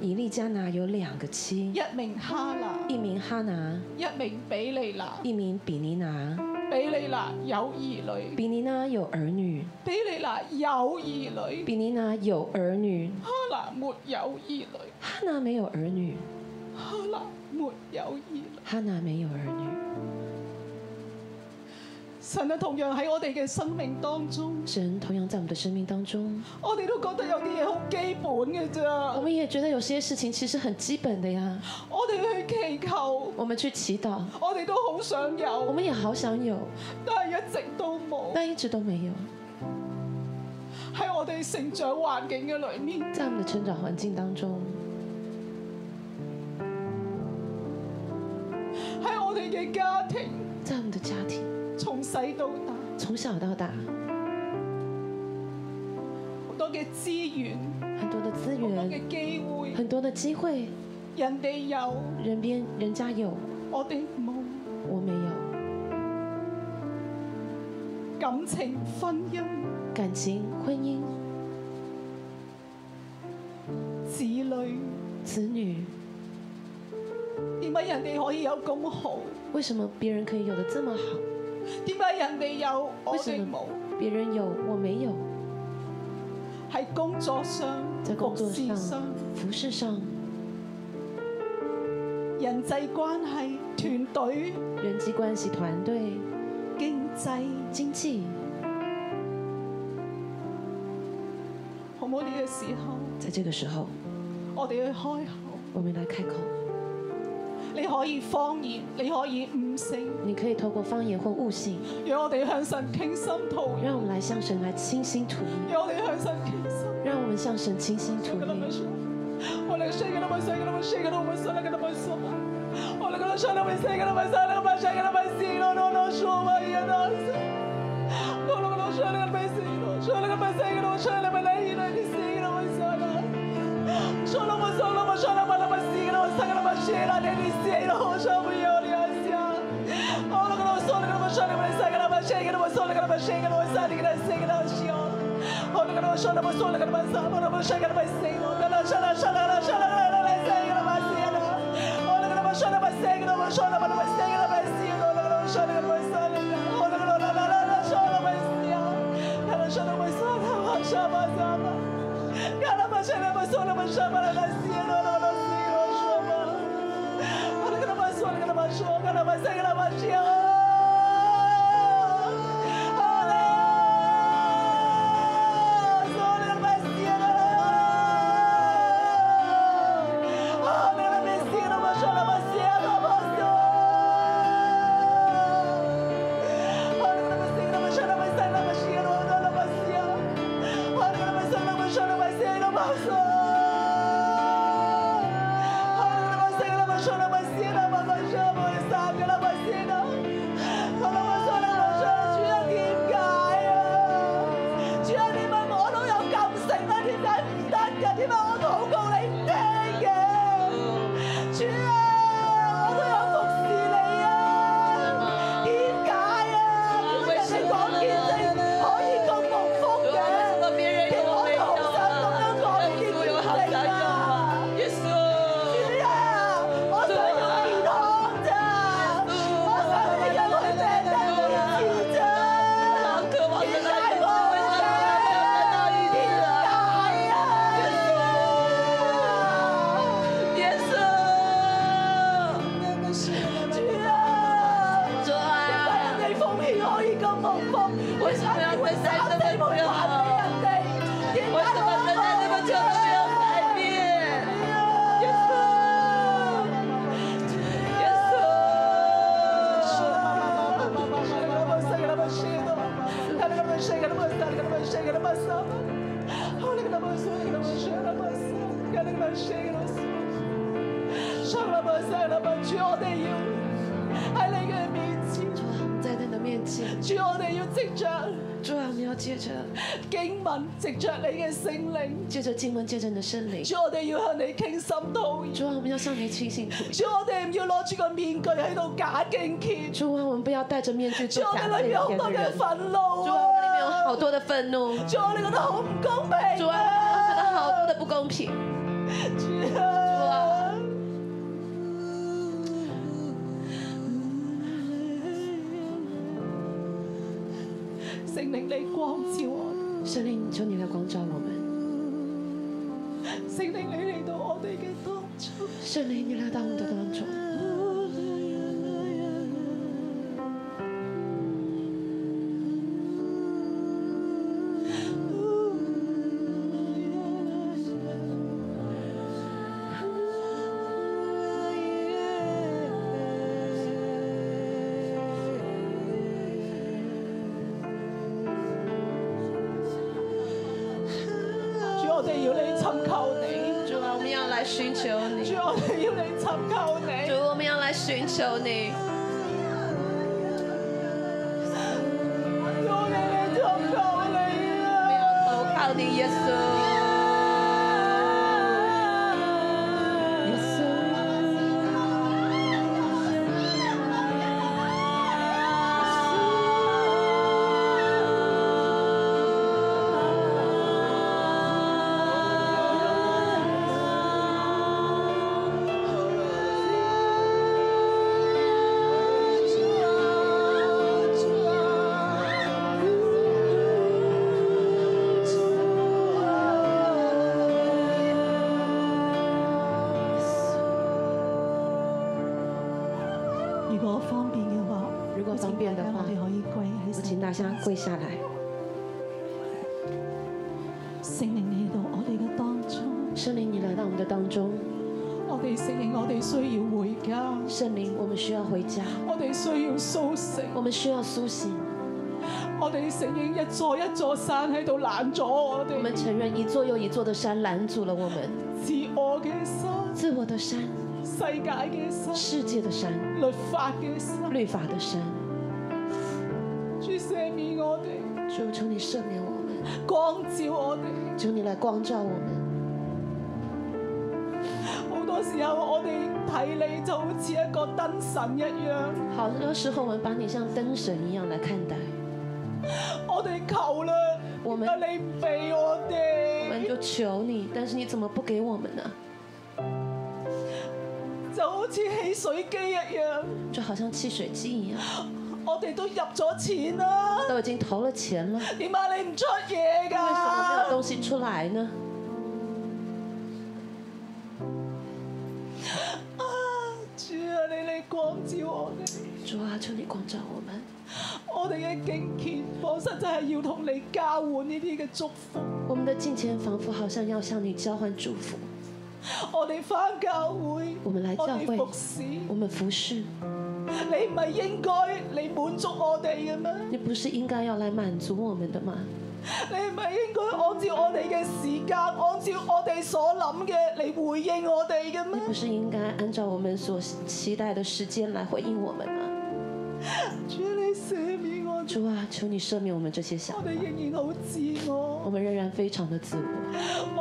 Speaker 7: 以利加拿有两个妻，
Speaker 5: 一名哈拿。
Speaker 7: 一名哈拿，
Speaker 5: 一名比利拿，
Speaker 7: 一名比尼拿。
Speaker 5: 比利拿有兒女，
Speaker 7: 比尼拿有儿女，
Speaker 5: 比利拿有兒女，
Speaker 7: 比尼拿有儿女，
Speaker 5: 哈拿沒有兒女，
Speaker 7: 哈拿没有儿女，
Speaker 5: 哈拿沒有兒女。
Speaker 7: 哈拿没有儿女。
Speaker 5: 神啊，同樣喺我哋嘅生命當中，
Speaker 7: 神同样在我们的生命当中，
Speaker 5: 我哋都覺得有啲嘢好基本嘅啫。
Speaker 7: 我们也觉得有些事情其实很基本的呀。
Speaker 5: 我哋去祈求，
Speaker 7: 我们去祈祷，
Speaker 5: 我哋都好想
Speaker 7: 我
Speaker 5: 有，
Speaker 7: 们也好想有，
Speaker 5: 但係一直都冇。
Speaker 7: 但一直都没有。
Speaker 5: 喺我哋成長環境嘅裏面，
Speaker 7: 在我们的成长环境当中，
Speaker 5: 喺我哋嘅家庭，
Speaker 7: 在我们的家庭，
Speaker 5: 從細到大，
Speaker 7: 从小到大，
Speaker 5: 好多嘅資源，
Speaker 7: 很多的资
Speaker 5: 好多
Speaker 7: 源，
Speaker 5: 嘅機會，
Speaker 7: 很多的机会，
Speaker 5: 人哋有，
Speaker 7: 人边人家有，
Speaker 5: 我哋冇。
Speaker 7: 我没有。
Speaker 5: 感情、婚姻、
Speaker 7: 感情、婚姻、
Speaker 5: 子女，
Speaker 7: 子女，
Speaker 5: 點解人哋可以有咁好？
Speaker 7: 为什么别人可以有的这么好，
Speaker 5: 點解人哋有我
Speaker 7: 為什
Speaker 5: 哋
Speaker 7: 麼
Speaker 5: 冇？
Speaker 7: 别人有我没有？
Speaker 5: 喺工作上、
Speaker 7: 在工作
Speaker 5: 服侍
Speaker 7: 上
Speaker 5: 上、、
Speaker 7: 服饰上、
Speaker 5: 人際關係、團隊、
Speaker 7: 人际关系、团队、
Speaker 5: 經濟，
Speaker 7: 经济，
Speaker 5: 好唔好？呢個時候，
Speaker 7: 在這個時候，
Speaker 5: 我哋去開口。
Speaker 7: 我們來開口。
Speaker 5: 你可以方言，你可以悟性，
Speaker 7: 你可以透過方言或悟性，
Speaker 5: 讓我哋向神傾心吐意，
Speaker 7: 讓我們來向神來傾心吐意，
Speaker 5: 讓我哋向神傾心。
Speaker 7: 讓我們向神傾心吐
Speaker 5: 我
Speaker 7: 意。
Speaker 5: é
Speaker 8: Holy
Speaker 7: 啊
Speaker 5: 借着经文，借着你的圣灵，
Speaker 9: 主我哋要向你傾心吐意，
Speaker 5: 主啊，我们要向你倾心吐意。
Speaker 9: 主我哋唔要攞住個面具喺度假敬虔，
Speaker 5: 主啊，我们不要戴着面具
Speaker 9: 主
Speaker 5: 做
Speaker 9: 我
Speaker 5: 假
Speaker 7: 啊
Speaker 9: 哋裏
Speaker 5: 面
Speaker 9: 面好
Speaker 5: 前的
Speaker 9: 多
Speaker 5: 人
Speaker 9: 嘅。憤怒
Speaker 5: 主啊，我们里面有
Speaker 9: 啊！
Speaker 5: 好多的愤怒。
Speaker 9: 主我哋覺得好唔公平啊，
Speaker 5: 主啊，我觉得好多的不公平。
Speaker 9: 主
Speaker 5: 主啊
Speaker 9: 啊，聖靈你光照我，
Speaker 5: 圣灵，求你来光照我们。
Speaker 9: 聖靈你嚟到我哋嘅當中，
Speaker 5: 圣灵，你来到我们的当中。
Speaker 9: 主我哋要你尋求你，
Speaker 5: 主啊，我们要来寻求你。
Speaker 9: 主我哋要你尋求你
Speaker 5: 主，。我们要来寻求你。
Speaker 9: 我哋嚟尋求你
Speaker 5: 我们
Speaker 9: 啊！
Speaker 5: 要投靠你，耶稣。耶稣。
Speaker 7: 如果方便嘅話，
Speaker 5: 如果方便的
Speaker 7: 我
Speaker 5: 话，
Speaker 7: 哋可以跪喺
Speaker 5: 我
Speaker 7: 神
Speaker 5: 请大家跪下来。
Speaker 7: 聖靈嚟到我哋嘅當中，
Speaker 5: 圣灵，你来到我们的当中。
Speaker 9: 我哋承認我哋需要回家，
Speaker 5: 圣灵，我们需要回家，
Speaker 9: 我哋需要蘇醒，
Speaker 5: 我们需要苏醒。
Speaker 9: 我哋承認一座一座山喺度攔咗我
Speaker 5: 我们
Speaker 9: 哋
Speaker 5: 承认一座又一座的山拦阻了我们，
Speaker 9: 自我嘅山、
Speaker 5: 自我的山、
Speaker 9: 世界嘅山、
Speaker 5: 世界的山、
Speaker 9: 律法嘅山，
Speaker 5: 律法的山。
Speaker 9: 主赦免我哋，
Speaker 5: 主，求你赦免我们，
Speaker 9: 光照我哋。
Speaker 5: 求你来光照我们。
Speaker 9: 好多時候我哋睇你就好似一個燈神一樣，
Speaker 5: 好多时候，我们把你像灯神一样来看待。
Speaker 9: 我哋求啦，
Speaker 7: 我们
Speaker 5: 啊你唔俾我
Speaker 7: 我
Speaker 5: 哋，
Speaker 7: 们就求你，但是你怎么不给我们呢？
Speaker 5: 就好似汽水機一樣，
Speaker 7: 就好像汽水机一样，
Speaker 5: 我哋都入咗錢啦，
Speaker 7: 都已经投了钱了，
Speaker 5: 點解你唔出嘢
Speaker 7: 为什么没有
Speaker 5: 㗎？
Speaker 7: 东西出来呢？
Speaker 5: 啊主啊，你嚟光照我哋，
Speaker 7: 主啊，求你光照我们，
Speaker 5: 我哋嘅敬虔，我實真係要同你交換呢啲嘅祝福。
Speaker 7: 我们的金钱仿佛好像要向你交换祝福。
Speaker 5: 我哋翻教會，
Speaker 7: 我們來教會
Speaker 5: 我哋服侍，
Speaker 7: 我們服侍，
Speaker 5: 你唔係應該你滿足我哋嘅咩？
Speaker 7: 你不是应该要来满足我们的吗？
Speaker 5: 你唔係應該按照我哋嘅時間，按照我哋所諗嘅嚟回應我哋嘅
Speaker 7: 你
Speaker 5: 咩？
Speaker 7: 不是应该按照我们所期待的时间来回应我们吗？
Speaker 5: 主你赦免我，
Speaker 7: 主啊，求你赦免我们这些想
Speaker 5: 我
Speaker 7: 法
Speaker 5: 哋，仍然好自
Speaker 7: 我
Speaker 5: 我，
Speaker 7: 们仍然非常的自我，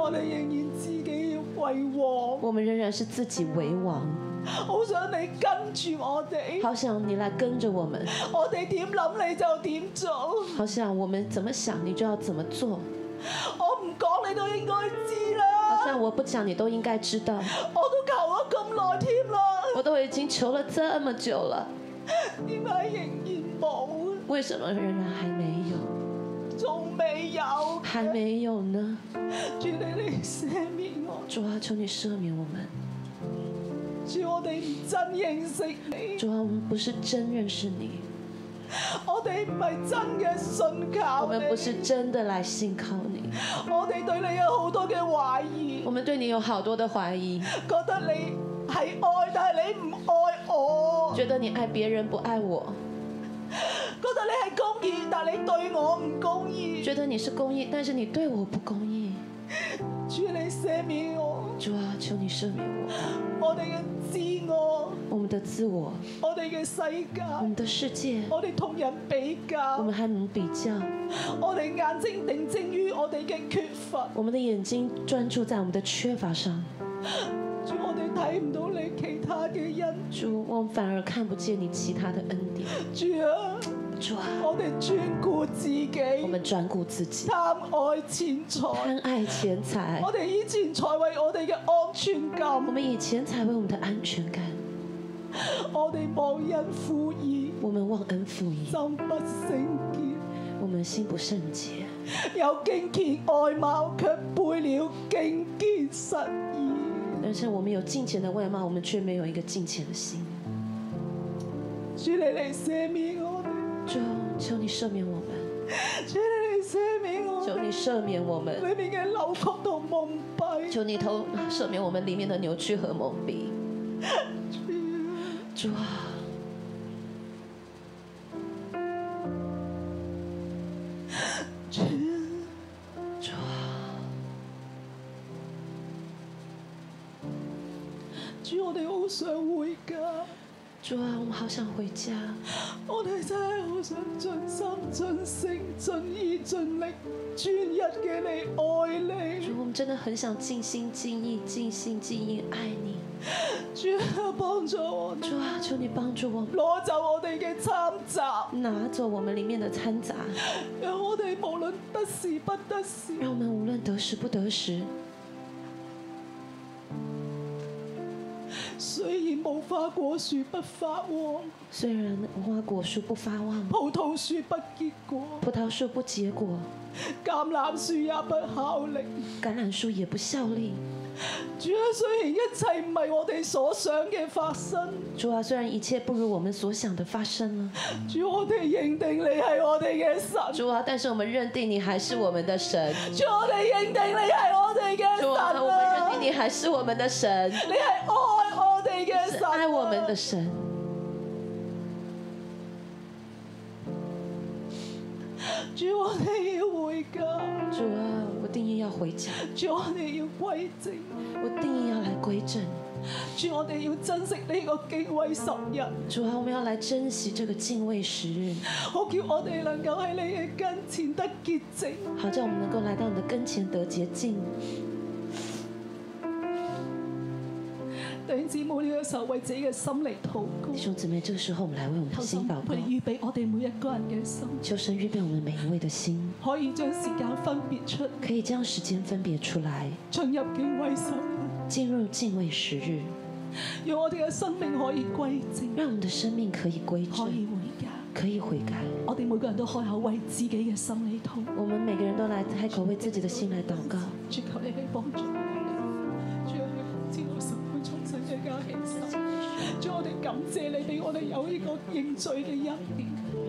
Speaker 5: 我哋仍然自己要為王，
Speaker 7: 我们仍然是自己为王。
Speaker 5: 好想你跟住我哋，
Speaker 7: 好想你来跟着我们，
Speaker 5: 我哋點諗你就點做，
Speaker 7: 好想我们怎么想你就要怎么做，
Speaker 5: 我唔講你都應該知
Speaker 7: 好
Speaker 5: 啦，
Speaker 7: 像我不讲你都应该知道。
Speaker 5: 我都求咗咁耐添啦，
Speaker 7: 我都已經求了这么久了，
Speaker 5: 點解仍然冇？
Speaker 7: 为什么仍然还没有？
Speaker 5: 仲未有，
Speaker 7: 还没有呢？
Speaker 5: 主你嚟赦免我，
Speaker 7: 主啊，求你赦免我们。
Speaker 5: 主我哋唔真認識你。
Speaker 7: 主啊，我们不是真认识你，
Speaker 5: 我哋唔係真嘅信
Speaker 7: 我
Speaker 5: 靠
Speaker 7: 们
Speaker 5: 你，
Speaker 7: 不是真的来信靠你，
Speaker 5: 我哋對你有好多嘅懷疑
Speaker 7: 我，们对你有好多的懷疑，
Speaker 5: 覺得你係愛，但係你唔愛我，
Speaker 7: 覺得你愛別人不愛我，
Speaker 5: 覺得你係公義，但係你對我唔公義。
Speaker 7: 覺得你是公義，但是你對我不公義。
Speaker 5: 主你赦免我，
Speaker 7: 主啊，求你赦免我，
Speaker 5: 我哋嘅自我，
Speaker 7: 我们的自我，
Speaker 5: 我哋嘅世
Speaker 7: 我們
Speaker 5: 界，
Speaker 7: 的世界，
Speaker 5: 我哋同人比
Speaker 7: 我
Speaker 5: 較，
Speaker 7: 們還能比較，
Speaker 5: 我哋眼睛定睛於我哋嘅缺乏，
Speaker 7: 我們的眼睛專注在我們的缺乏上。
Speaker 5: 主我哋睇唔到你其他嘅恩，
Speaker 7: 主，我们反而看不見你其他的恩典。
Speaker 5: 主啊，
Speaker 7: 主啊，
Speaker 5: 我哋專顧自
Speaker 7: 我
Speaker 5: 己，
Speaker 7: 們专顾自己，
Speaker 5: 貪愛錢財。
Speaker 7: 贪爱钱财
Speaker 5: 我。哋以前才為我哋嘅安全感，
Speaker 7: 我们以前才为我们的安全感，
Speaker 5: 我哋忘恩負義，
Speaker 7: 我们忘恩負義，
Speaker 5: 心不聖
Speaker 7: 我們心不聖潔。
Speaker 5: 潔，有敬虔外貌，卻背了敬虔實義。
Speaker 7: 但是我們有敬虔的外貌，我們却没有一个敬虔的心。
Speaker 5: 主你嚟赦免我哋，
Speaker 7: 主，求你赦免我们，
Speaker 5: 主你嚟赦免我
Speaker 7: 求
Speaker 5: 哋
Speaker 7: 你赦免我们，
Speaker 5: 裏面嘅扭曲同蒙蔽。
Speaker 7: 求你头赦免我们里面的扭曲和蒙蔽。主啊，
Speaker 5: 主
Speaker 7: 主啊，
Speaker 5: 主我哋好想回家，
Speaker 7: 主啊，我们好想回家，
Speaker 5: 我哋真係好想盡心盡性盡意盡力專一嘅嚟愛你
Speaker 7: 主，。我们真的很想尽心尽意、尽心尽意爱你。
Speaker 5: 主啊，幫助我哋。
Speaker 7: 主啊，求你帮助我们，
Speaker 5: 攞走我哋嘅參雜，
Speaker 7: 拿走我们里面的掺杂。
Speaker 5: 讓我哋無論得時不得時，
Speaker 7: 让我们无论得时不得时，
Speaker 5: 雖然無花果樹不發旺，
Speaker 7: 虽然无花果树不发旺，
Speaker 5: 葡萄樹不結果，
Speaker 7: 葡萄树不结果，
Speaker 5: 橄欖樹也不效力。
Speaker 7: 橄榄树也不效力。
Speaker 5: 主啊，雖然一切唔係我哋所想嘅發生，
Speaker 7: 主啊，虽然一切不如我們所想的发生了，
Speaker 5: 主我哋認定你係我哋嘅神，
Speaker 7: 主啊，但是我们认定你还是我们的神。
Speaker 5: 主我哋認定你係我哋嘅
Speaker 7: 主
Speaker 5: 神
Speaker 7: 啊，我们认
Speaker 5: 啊！
Speaker 7: 定你还是我们的神，
Speaker 5: 你係愛我哋嘅
Speaker 7: 是
Speaker 5: 神啊，
Speaker 7: 爱我们的神。
Speaker 5: 主，我哋要回家，
Speaker 7: 主啊，我定义要回家，
Speaker 5: 主我哋要歸正，
Speaker 7: 我定义要来归正。
Speaker 5: 主我哋要珍惜呢個敬畏十日。
Speaker 7: 主啊，我们要来珍惜这个敬畏时日，
Speaker 5: 好叫我哋能夠喺你嘅跟前得潔淨，
Speaker 7: 好叫我们能够来到你的跟前得洁净。
Speaker 5: 弟弟兄姊妹呢個時候為自己嘅心嚟禱告
Speaker 7: 弟，兄姊妹，这个时候我们来为我们的
Speaker 5: 求
Speaker 7: 心
Speaker 5: 神
Speaker 7: 祷告
Speaker 5: 佢，預備我哋每一個人嘅心，
Speaker 7: 求神预备我们每一位的心，
Speaker 5: 可以將時間分別出，
Speaker 7: 可以将时间分别出来，
Speaker 5: 進入敬畏神，
Speaker 7: 进入敬畏时日，
Speaker 5: 讓我哋嘅生命可以歸正，
Speaker 7: 让我们的生命可以归
Speaker 5: 可以
Speaker 7: 正，
Speaker 5: 回家。
Speaker 7: 可以悔改。
Speaker 5: 我哋每個人都開口為自己嘅心嚟禱告，
Speaker 7: 我们每个人都来开口为自己的心来祷告。
Speaker 5: 主求你去幫助我哋，主啊，你知我神會重新嘅加起手，主我哋感謝你俾我哋有呢個認罪嘅恩典，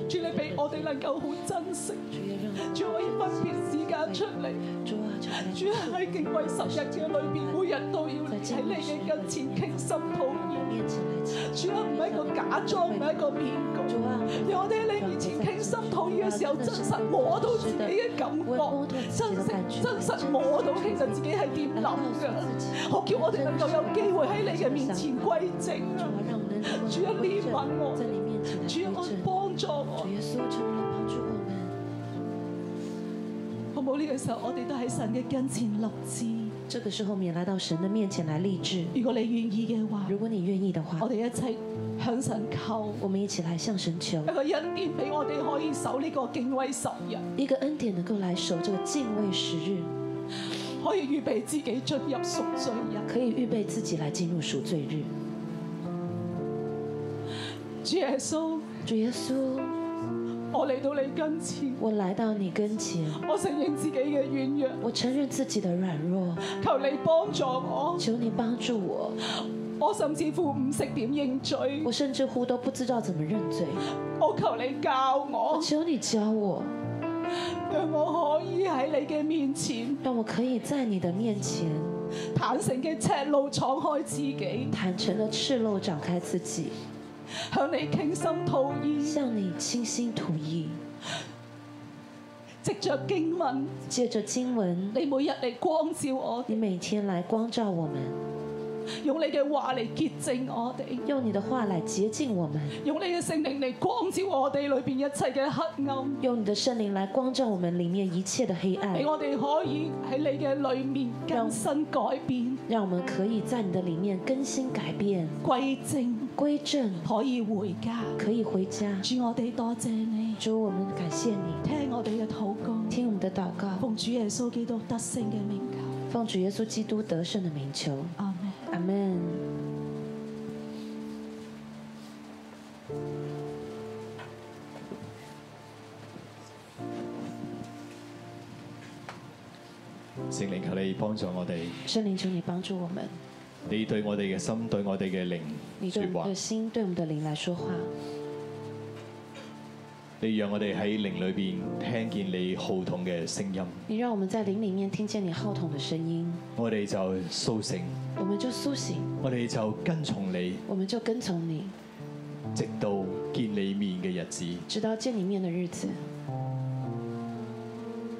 Speaker 5: 主你俾我哋能夠好珍惜，
Speaker 7: 主也让我
Speaker 5: 主可以分別時間出嚟。
Speaker 7: 主啊，求你
Speaker 5: 主喺敬畏十日嘅裏邊，每日都要喺你嘅跟前傾心吐意。
Speaker 7: 面前来祈
Speaker 5: 主啊，唔係一個假裝，唔係一個騙局。
Speaker 7: 主啊，
Speaker 5: 讓我哋喺你面前傾心吐意嘅時候，真實摸到自己嘅感
Speaker 7: 啊
Speaker 5: 覺，真實真實摸到其實自己係點諗㗎。好叫我哋能夠有機會喺你嘅面前歸正啊！
Speaker 7: 主啊，让我们能够
Speaker 5: 主啊怜悯我
Speaker 7: 在你面前来
Speaker 5: 主
Speaker 7: 归
Speaker 5: 啊，我
Speaker 7: 正。
Speaker 5: 幫助我
Speaker 7: 主，耶穌，求你来帮助我们。
Speaker 5: 好冇？呢個時候我哋都喺神嘅跟前立志。
Speaker 7: 这个时候，我们也来到神的面前来立志。
Speaker 5: 如果你願意嘅話，
Speaker 7: 如果你愿意的话
Speaker 5: 我，哋一齊向神求。
Speaker 7: 我们一起来向神求
Speaker 5: 一個恩典俾我哋可以守呢個敬畏十日，
Speaker 7: 一个恩典，能够来守这个敬畏时日，
Speaker 5: 可以預備自己進入贖罪日。
Speaker 7: 可以预备自己来进入赎罪日。
Speaker 5: 主耶穌，
Speaker 7: 主耶稣，
Speaker 5: 我嚟到你跟前，
Speaker 7: 我来到你跟前，
Speaker 5: 我承認自己嘅軟弱，
Speaker 7: 我承认自己的软弱，
Speaker 5: 求你幫助我。
Speaker 7: 求你帮助我。
Speaker 5: 我甚至乎唔識點認罪
Speaker 7: 我，甚至乎都不知道怎么认罪。
Speaker 5: 我求你教
Speaker 7: 我
Speaker 5: 我，
Speaker 7: 求你教我，
Speaker 5: 讓我可以喺你嘅面前
Speaker 7: 让我可以在你的面前
Speaker 5: 坦誠嘅赤露敞開自己，
Speaker 7: 坦诚的赤露展开自己，
Speaker 5: 向你傾心吐意，
Speaker 7: 向你倾心吐意。
Speaker 5: 藉着經文，
Speaker 7: 借着经文，
Speaker 5: 你每日嚟光照我
Speaker 7: 你
Speaker 5: 哋，
Speaker 7: 每天来光照我们，
Speaker 5: 用你嘅話嚟潔淨我哋。
Speaker 7: 用你的话来洁净我们，
Speaker 5: 用你嘅聖靈嚟光照我哋裏邊一切嘅黑暗，
Speaker 7: 用你的圣灵来光照我们里面一切的黑暗
Speaker 5: 俾，我哋可以喺你嘅裏面更新改變、
Speaker 7: 让我们可以在你的里面更新改变，
Speaker 5: 歸正，
Speaker 7: 归正，
Speaker 5: 可以回家。
Speaker 7: 可以回家。
Speaker 5: 主，我哋多謝你，
Speaker 7: 主，我们感谢你，
Speaker 5: 聽我哋嘅禱告，
Speaker 7: 听我们的禱告，
Speaker 5: 奉主耶穌基督得勝嘅名求，
Speaker 7: 奉主耶穌基督得胜的名求，
Speaker 5: 阿門。
Speaker 7: 阿门。
Speaker 1: 聖靈求你幫助我哋，
Speaker 7: 圣灵，求你帮助我们，
Speaker 1: 你對我哋嘅心，對我哋嘅靈
Speaker 7: 你对
Speaker 1: 説
Speaker 7: 我
Speaker 1: 話
Speaker 7: 们的，心，对我們的靈来说话，
Speaker 1: 你讓我哋喺靈裏邊聽見你號筒嘅聲音，
Speaker 7: 你让我们在靈里面聽見你號筒的聲音，
Speaker 1: 我哋就甦醒，
Speaker 7: 我們就苏醒，
Speaker 1: 我哋就跟從你，
Speaker 7: 我們就跟從你，
Speaker 1: 直到見你面嘅日子。
Speaker 7: 直到見你面的日子，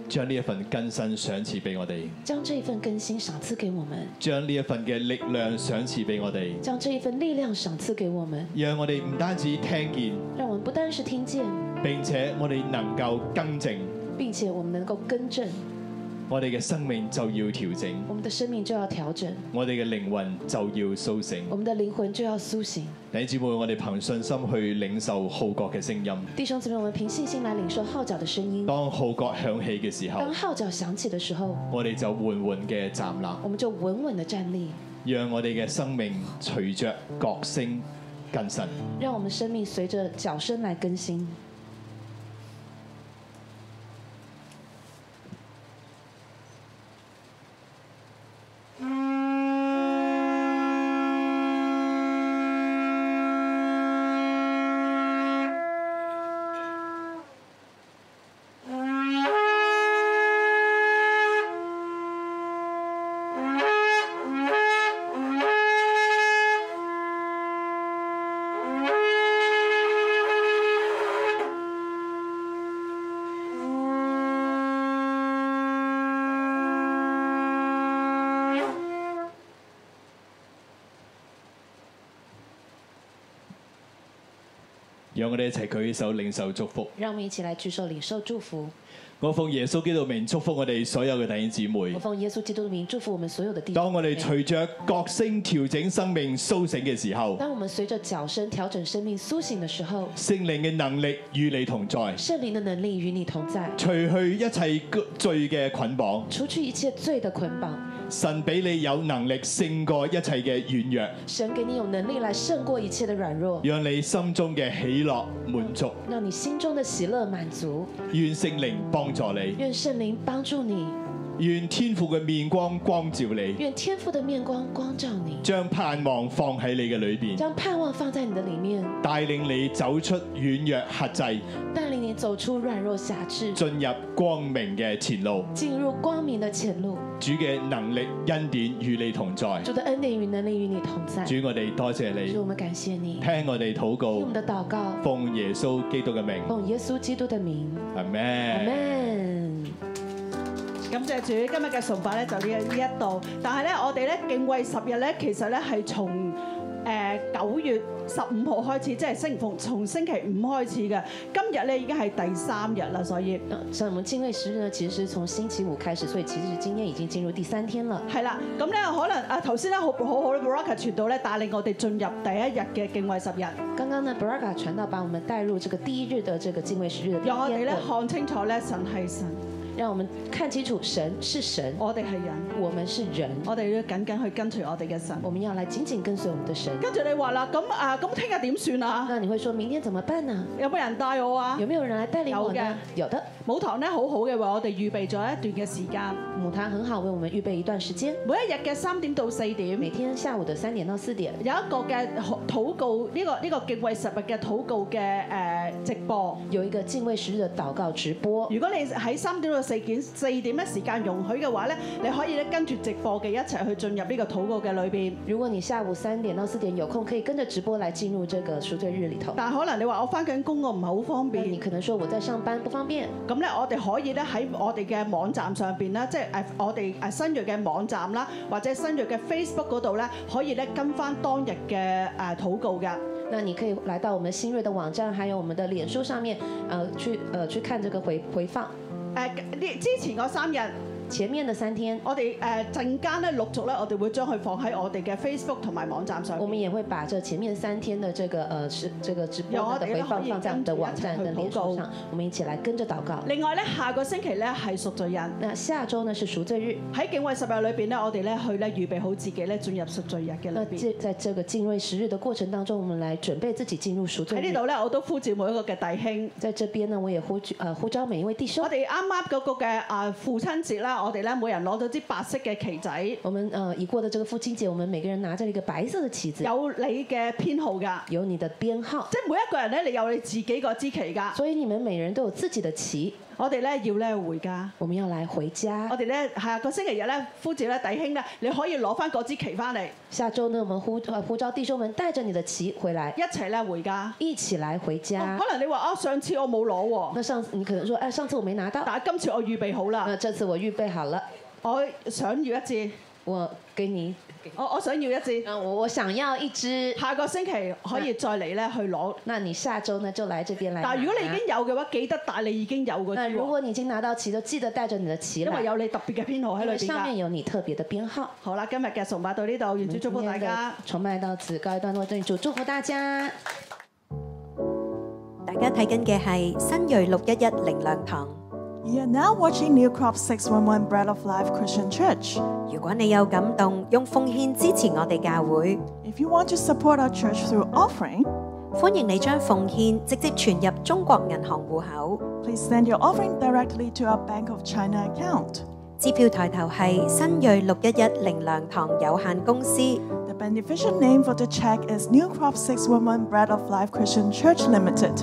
Speaker 1: 將呢一份更新賞賜俾我哋，
Speaker 7: 將這一份更新賞賜給我們，
Speaker 1: 將呢一份嘅力量賞賜俾我哋，
Speaker 7: 將這一份力量賞賜給我們，
Speaker 1: 讓我哋唔單止聽見，
Speaker 7: 讓我們不單是聽見，
Speaker 1: 並且我哋能夠更正，
Speaker 7: 並且我們能夠更正，
Speaker 1: 我哋嘅生命就要調整，
Speaker 7: 我們的生命就要調整，
Speaker 1: 我哋嘅靈魂就要甦醒
Speaker 7: 我。們的靈魂就要苏醒。
Speaker 1: 弟兄姊妹，我哋憑信心去領受號角嘅聲音。
Speaker 7: 弟兄姊妹，我們憑信心來領受號角的聲音。
Speaker 1: 當號角響起嘅時
Speaker 7: 當
Speaker 1: 候，
Speaker 7: 號角響起的時候，
Speaker 1: 我哋就緩緩嘅站立，
Speaker 7: 我們就穩穩的站立，
Speaker 1: 讓我哋嘅生命隨着角聲更新。
Speaker 7: 讓我們生命隨着腳聲來更新。
Speaker 1: 讓我哋一齊舉起手領受祝福。
Speaker 7: 讓我們一起來舉手領受祝福。
Speaker 1: 我奉耶穌基督名祝福我哋所有嘅弟兄姊妹
Speaker 7: 我。奉耶穌基督的名祝福我們所有的弟兄
Speaker 1: 當我哋
Speaker 7: 姊妹
Speaker 1: 隨着角聲調整生命甦醒嘅時候，
Speaker 7: 當我們隨着腳聲調整生命甦醒的時候，
Speaker 1: 聖靈嘅能力與你同在，
Speaker 7: 聖靈的能力與你同在，
Speaker 1: 除去一切罪嘅捆綁。
Speaker 7: 除去一切罪的捆綁。
Speaker 1: 神俾你有能力勝過一切嘅軟弱，
Speaker 7: 神給你有能力來勝過一切的軟弱，
Speaker 1: 讓你心中嘅喜樂滿足。
Speaker 7: 讓你心中的喜樂滿足。
Speaker 1: 願聖靈幫助你，
Speaker 7: 願聖靈幫助你，
Speaker 1: 願天父嘅面光光照你，
Speaker 7: 願天父的面光光照你，
Speaker 1: 將盼望放喺你嘅裏邊，
Speaker 7: 將盼望放在你的裡面，
Speaker 1: 帶領你走出軟弱克制，
Speaker 7: 帶領你走出軟弱轄制，
Speaker 1: 進入光明嘅前路。
Speaker 7: 進入光明的前路。
Speaker 1: 主嘅能力恩典與你同在。
Speaker 7: 主的恩典與能力與你同在。
Speaker 1: 主，我哋多謝你
Speaker 7: 主，，我們感謝你，聽
Speaker 1: 聽我哋禱
Speaker 7: 我
Speaker 1: 告
Speaker 7: 們，的禱告，
Speaker 1: 奉耶穌基督嘅名，
Speaker 7: 奉耶穌基督的名，
Speaker 1: 阿
Speaker 7: 阿
Speaker 1: 門。
Speaker 7: 門。
Speaker 5: 感謝主，今日嘅崇拜咧就呢呢一度，但係咧我哋咧敬畏十日咧，其實咧係從誒九月十五號開始，即係星逢從星期五開始嘅。今日咧已經係第三日啦，所以
Speaker 7: 呃像我们敬畏十日呢，其实是从星期五开始，所以其实今天已经进入第三天了。
Speaker 5: 係啦。咁咧可能啊頭先咧好好好 b r o c a 傳道咧帶領我哋進入第一日嘅敬畏十日，
Speaker 7: 刚刚呢，Braga 传道把我们带入这个第一日的这个敬畏十日的第
Speaker 5: 讓我
Speaker 7: 一
Speaker 5: 哋
Speaker 7: 天
Speaker 5: 咧
Speaker 7: 的，
Speaker 5: 看清楚咧神係神，
Speaker 7: 让我们看清楚，神是神，
Speaker 5: 我哋係人，
Speaker 7: 我们是人，
Speaker 5: 我哋要緊緊去跟隨我哋嘅神。
Speaker 7: 我们要来紧紧跟隨我们的神。
Speaker 5: 跟住你話啦，咁啊咁聽日點算啊？
Speaker 7: 那你会说明天怎么办呢？
Speaker 5: 有冇人帶我啊
Speaker 7: 有？没有人来带领我呢？有的，
Speaker 5: 舞堂咧好好嘅，為我哋預備咗一段嘅時間，
Speaker 7: 母堂很好，为我们預備一段時間，
Speaker 5: 每一日嘅三點到四點，
Speaker 7: 每天下午的三點到四點
Speaker 5: 有一個嘅禱告呢、個呢、個敬畏十日嘅禱告嘅誒、呃直播。
Speaker 7: 有一個敬畏十日的禱告直播。
Speaker 5: 如果你喺三點到四點四點咧時間容許嘅話咧，你可以咧跟住直播嘅一齊去進入呢個禱告嘅裏邊。
Speaker 7: 如果你下午三點到四點有空，可以跟着直播來進入這個贖罪日裡頭。
Speaker 5: 但係可能你話我翻緊工，我唔係好方
Speaker 7: 那你
Speaker 5: 便。
Speaker 7: 可能說我在上班不方便，
Speaker 5: 咁咧，我哋可以咧喺我哋嘅網站上邊啦，即係誒我哋誒新锐嘅網站啦，或者新锐嘅 Facebook 嗰度咧，可以咧跟翻當日嘅誒禱告嘅。
Speaker 7: 那你可以來到我們新锐的網站，還有我們的臉書上面，呃，去呃去看這個回回放。
Speaker 5: 誒呢之前嗰三日，
Speaker 7: 前面的三天，
Speaker 5: 我哋誒陣間咧陸續咧，我哋會將佢放喺我哋嘅 Facebook 同埋網站上
Speaker 7: 我
Speaker 5: 面，
Speaker 7: 們也會把這前面三天的這個呃是這個直播
Speaker 5: 有啊
Speaker 7: 的
Speaker 5: 你
Speaker 7: 回
Speaker 5: 都
Speaker 7: 放
Speaker 5: 可以
Speaker 7: 放在我們的網站跟
Speaker 5: 跟着一
Speaker 7: 臉
Speaker 5: 起去禱
Speaker 7: 書
Speaker 5: 告
Speaker 7: 上，我們一起來跟着禱告。
Speaker 5: 另外咧，下個星期咧係贖罪日，
Speaker 7: 那下周呢是贖罪日，
Speaker 5: 喺敬畏十日裏邊咧，我哋咧去咧預備好自己咧進入贖罪日嘅裏
Speaker 7: 那
Speaker 5: 邊。
Speaker 7: 這在這個敬畏十日的過程當中，我們來準備自己進入贖罪
Speaker 5: 喺呢
Speaker 7: 日。
Speaker 5: 度咧，我都呼召每一個嘅弟兄。
Speaker 7: 在這邊呢，我也呼舉呃呼召每一位弟兄
Speaker 5: 我，哋啱啱嗰個嘅啊父親節啦，我哋咧每人攞咗支白色嘅旗仔，
Speaker 7: 我們呃已過的這個父親節，我們每個人拿着一個白色的旗子，
Speaker 5: 有你嘅編號㗎，
Speaker 7: 有你的編號，
Speaker 5: 即係每一個人咧，你有你自己個支旗㗎。
Speaker 7: 所以你們每人都有自己的旗。
Speaker 5: 我哋咧要咧回家。
Speaker 7: 我們要來回
Speaker 5: 我
Speaker 7: 家。
Speaker 5: 哋咧下個星期日咧，呼召咧弟兄咧，你可以攞翻嗰支旗翻嚟，
Speaker 7: 下周呢，我們呼呃呼召弟兄們帶着你的旗回來，
Speaker 5: 一齊咧回家。
Speaker 7: 一起來回
Speaker 5: 哦
Speaker 7: 家。
Speaker 5: 可能你話啊，上次我冇攞喎，
Speaker 7: 那上次你可能說，哎，上次我沒拿到，
Speaker 5: 但係今次我預備好啦
Speaker 7: 那，這次我預備好了，
Speaker 5: 我想要一支，
Speaker 7: 我給你，
Speaker 5: 我我想要一支。
Speaker 7: 那我我想要一支。
Speaker 5: 下個星期可以再嚟咧去攞。
Speaker 7: 那你下周呢就來這邊來拿。
Speaker 5: 但係如果你已經有嘅話，記得帶你已經有嗰
Speaker 7: 那
Speaker 5: 支
Speaker 7: 如
Speaker 5: 喎，
Speaker 7: 果你已經拿到旗，就記得帶着你的旗
Speaker 5: 因為
Speaker 7: 來，
Speaker 5: 有你特別嘅編號喺
Speaker 7: 因
Speaker 5: 裏
Speaker 7: 為
Speaker 5: 邊
Speaker 7: 上面
Speaker 5: 㗎。
Speaker 7: 有你特別的編號。
Speaker 5: 好啦，今日嘅崇拜到呢度，願主祝福大家。
Speaker 7: 崇拜到此告一段落，真主祝福大家。
Speaker 10: 大家睇緊嘅係新锐六一一靈糧堂。
Speaker 11: You are now watching New Crop 611 Bread of Life Christian Church.
Speaker 10: 如果你有感動，用奉獻支持我哋教會，
Speaker 11: If you want to support our church through offering,
Speaker 10: 歡迎你將奉獻直接存入中國銀行户口。
Speaker 11: please send your offering directly to our Bank of China account.
Speaker 10: 支票抬頭係新锐六一一靈糧堂有限公司。
Speaker 11: The beneficial name for the check is New Crop 611 Bread of Life Christian Church Limited.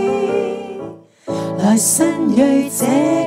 Speaker 12: 來新锐這